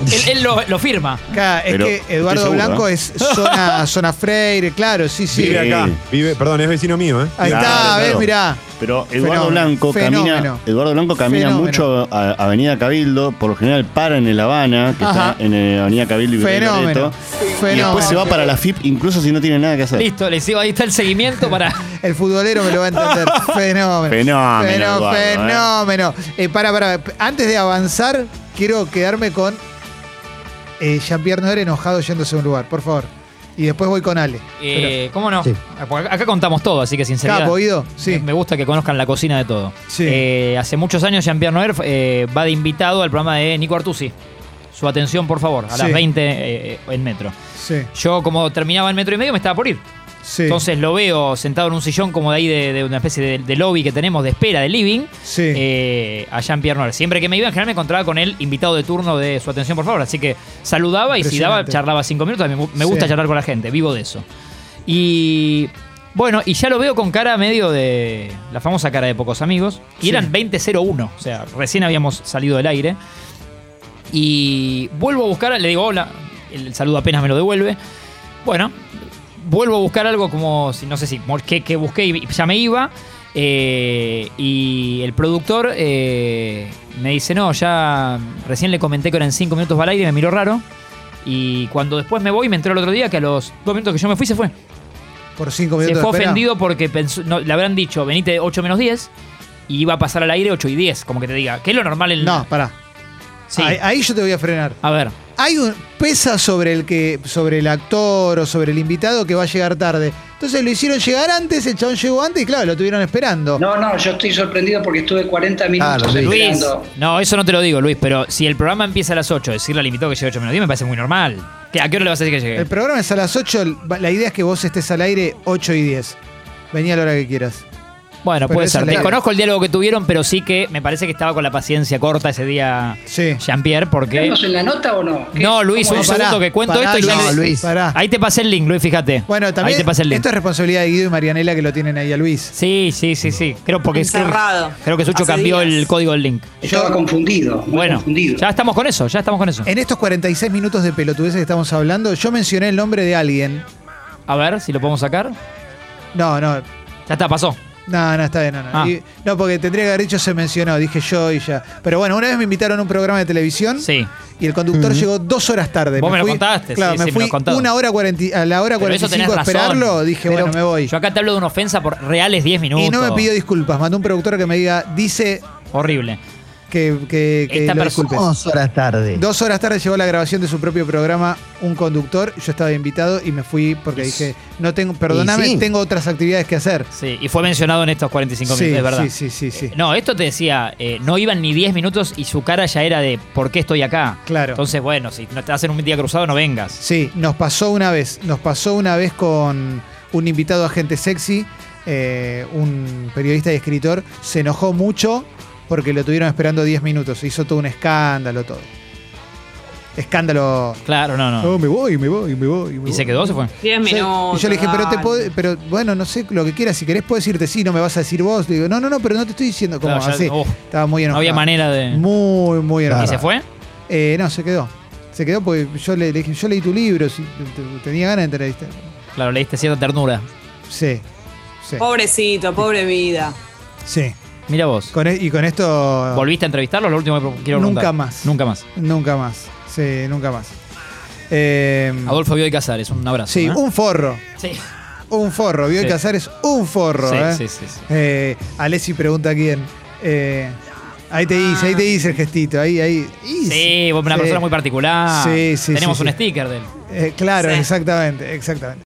S2: él él lo, lo firma.
S1: Acá, es
S11: Pero,
S1: que
S11: estoy
S1: Eduardo
S11: seguro,
S1: Blanco
S11: ¿eh?
S1: es zona, zona Freire, claro, sí, sí.
S6: Vive
S11: Sí.
S6: acá. Vive, perdón, es vecino mío, ¿eh?
S1: Ahí
S11: Claro,
S1: está,
S11: claro.
S1: ves, mirá.
S11: Pero Eduardo
S1: Fenómeno,
S11: Blanco
S1: fenómeno.
S11: camina. Eduardo Blanco camina
S1: Fenómeno.
S11: mucho a, a Avenida Cabildo, por lo general para en el Habana, que
S1: Ajá.
S11: está en eh, Avenida Cabildo y Virrey
S1: Fenómeno.
S11: Loreto. Y
S1: Fenómeno.
S11: después se va para la FIP, incluso si no tiene nada que hacer.
S2: Listo, le sigo, ahí está el seguimiento para.
S1: El futbolero me lo va a entender. Fenómeno.
S11: Fenómeno,
S1: Feno-
S11: Eduardo, ¿eh?
S1: fenómeno. Eh, para, para. Antes de avanzar, quiero quedarme con eh, Jean-Pierre Noer enojado yéndose a un lugar, por favor. Y después voy con Ale.
S2: Eh, ¿Cómo no?
S5: Sí.
S2: Porque Acá contamos todo, así que sinceridad.
S1: Capo, Guido, sí.
S2: Me gusta que conozcan la cocina de todo.
S1: Sí.
S2: Eh, hace muchos años Jean-Pierre Noer eh, va de invitado al programa de Nico Artusi. Su atención, por favor, a las
S1: Sí.
S2: 20 eh, en metro.
S1: Sí,
S2: Yo, como terminaba el metro y medio, me estaba por ir.
S1: sí.
S2: Entonces lo veo sentado en un sillón como de ahí de, de una especie de, de lobby que tenemos de espera, de living,
S1: Sí.
S2: eh, a Jean-Pierre Noir. Siempre que me iba, en general me encontraba con él, invitado de turno de su atención, por favor. Así que saludaba y si daba,
S1: Impresionante.
S2: charlaba cinco minutos. A mí me gusta
S1: Sí.
S2: charlar con la gente, vivo de eso. Y bueno, y ya lo veo con cara medio de la famosa cara de pocos amigos. Y
S1: Sí.
S2: eran 20.01, o sea, recién habíamos salido del aire. Y vuelvo a buscar, le digo hola, el, el saludo apenas me lo devuelve. Bueno, vuelvo a buscar algo como, si no sé si, mol- qué, qué busqué y ya me iba. eh, y el productor eh, me dice, no, ya recién le comenté que eran cinco minutos para el aire y me miró raro. Y cuando después me voy, me entró el otro día que a los dos minutos que yo me fui se fue.
S1: Por cinco
S2: Se
S1: minutos.
S2: fue
S1: de espera.
S2: ofendido porque pensó- no, le habrán dicho, venite 8 menos 10 y iba a pasar al aire 8 y 10, como que te diga, que es lo normal en
S1: No, pará.
S2: Sí.
S1: Ahí, ahí yo te voy a frenar.
S2: A ver,
S1: Hay un pesa sobre el que sobre el actor o sobre el invitado que va a llegar tarde. Entonces lo hicieron llegar antes, el chabón llegó antes y claro, lo tuvieron esperando.
S12: No, no, yo estoy sorprendido porque estuve 40
S5: Claro,
S1: Ah,
S12: minutos
S5: sí.
S2: Luis.
S12: esperando.
S2: No, eso no te lo digo, Luis, pero si el programa empieza a las 8, decirle al invitado que llegue 8 menos 10 me parece muy normal. ¿Qué- ¿A qué hora le vas a decir que
S1: El
S2: llegue?
S1: programa es a las 8, la idea es que vos estés al aire 8 y 10. Vení a la hora que quieras.
S2: Bueno,
S1: pero
S2: puede
S1: es
S2: ser.
S1: al aire.
S2: Desconozco el diálogo que tuvieron, pero sí que me parece que estaba con la paciencia corta ese día
S1: Sí.
S2: Jean-Pierre, porque.
S12: ¿Estamos en la nota o no? ¿Qué-
S2: No, Luis,
S12: cómo
S2: un
S1: No,
S12: es?
S1: pará,
S2: segundo que cuento
S1: pará,
S2: esto y ya.
S5: Luis.
S2: le-
S5: No, Luis.
S1: Pará.
S2: Ahí te pasé el link, Luis, fíjate.
S1: Bueno,
S2: Ahí
S1: también
S2: te pasé el link.
S1: esto es responsabilidad de Guido y Marianela que lo tienen ahí a Luis.
S2: Sí, sí, sí, sí. Creo porque
S3: Encerrado.
S2: Creo que Sucho
S3: Hace
S2: cambió
S3: días.
S2: el código del link.
S12: Estaba confundido. muy
S2: Bueno,
S12: confundido.
S2: ya estamos con eso, ya estamos con eso.
S1: En estos 46 minutos de pelotudeces que estamos hablando, yo mencioné el nombre de alguien.
S2: A ver si lo podemos sacar.
S1: No, no,
S2: Ya está, pasó.
S1: No, no, está bien, no, no.
S2: Ah.
S1: Y- no, porque tendría que haber dicho se mencionó, dije yo y ya. Pero bueno, una vez me invitaron a un programa de televisión
S2: Sí.
S1: y el conductor llegó dos horas tarde.
S2: Vos me lo contaste,
S1: claro,
S2: sí,
S1: me
S2: sí, me
S1: fui
S2: lo contaste.
S1: una hora cuarenta, a la hora
S2: Pero
S1: 45
S2: eso
S1: a
S2: tenés razón.
S1: esperarlo, dije,
S2: Pero
S1: bueno, me voy.
S2: Yo acá te hablo de una ofensa por reales 10 minutos.
S1: Y no me pidió disculpas, mandó un productor que me diga, dice
S2: Horrible.
S1: que, que, que
S2: Esta
S1: lo
S2: persona-
S1: disculpes.
S5: Dos horas tarde.
S1: Dos horas tarde llegó la grabación de su propio programa un conductor, yo estaba invitado y me fui porque dije, no tengo, perdóname,
S5: sí.
S1: tengo otras actividades que hacer.
S2: Sí, y fue mencionado en estos 45
S1: Sí,
S2: minutos, es verdad.
S1: sí, sí, sí, sí.
S2: Eh, No, esto te decía, eh, no iban ni 10 minutos y su cara ya era de ¿por qué estoy acá?
S1: Claro.
S2: Entonces, bueno, si no te hacen un día cruzado, no vengas.
S1: Sí, nos pasó una vez, nos pasó una vez con un invitado a Gente Sexy, eh, un periodista y escritor, se enojó mucho porque lo tuvieron esperando 10 minutos, hizo todo un escándalo, todo. Escándalo.
S2: Claro, no, no.
S1: No, me voy, me voy, me voy. me
S2: Ah. ¿Y se
S1: voy.
S2: quedó o se fue?
S3: Diez
S1: Sí,
S3: minutos.
S1: y yo le dije, pero, te
S3: dale.
S1: pod- pero bueno, no sé lo que quieras, si querés puedes irte, sí, no me vas a decir vos. Le digo, no, no, no, pero no te estoy diciendo como
S2: Claro, ya-
S1: así.
S2: oh,
S1: Estaba muy
S2: no
S1: enojado.
S2: había manera de...
S1: Muy, muy enojado.
S2: ¿Y se fue?
S1: Eh, no, se quedó. Se quedó porque yo le, le dije, yo leí tu libro, si- te- te- tenía ganas de entrevistar.
S2: Claro, le diste cierta ternura.
S1: Sí, sí.
S3: Pobrecito, pobre vida.
S1: Sí.
S2: Mira vos.
S1: Con e- y con esto.
S2: ¿Volviste a entrevistarlos? Lo último que pro- quiero
S1: Nunca
S2: preguntar.
S1: más.
S2: Nunca más.
S1: Nunca más. Sí, nunca más. Eh,
S2: Adolfo Bioy Casares, un abrazo.
S1: sí,
S2: ¿eh?
S1: un forro.
S2: Sí.
S1: Un forro. Bioy
S2: Sí.
S1: Casares, un forro.
S2: Sí,
S1: eh.
S2: sí, sí, sí.
S1: Eh, Alessi pregunta a quién. Eh, ahí te hice, ahí te hice el gestito. Ahí, ahí. Y-
S2: Sí, vos una
S1: sí.
S2: persona muy particular.
S1: Sí, sí,
S2: Tenemos
S1: sí,
S2: un
S1: sí.
S2: sticker de él.
S1: Eh, claro,
S3: Sí.
S1: exactamente, exactamente.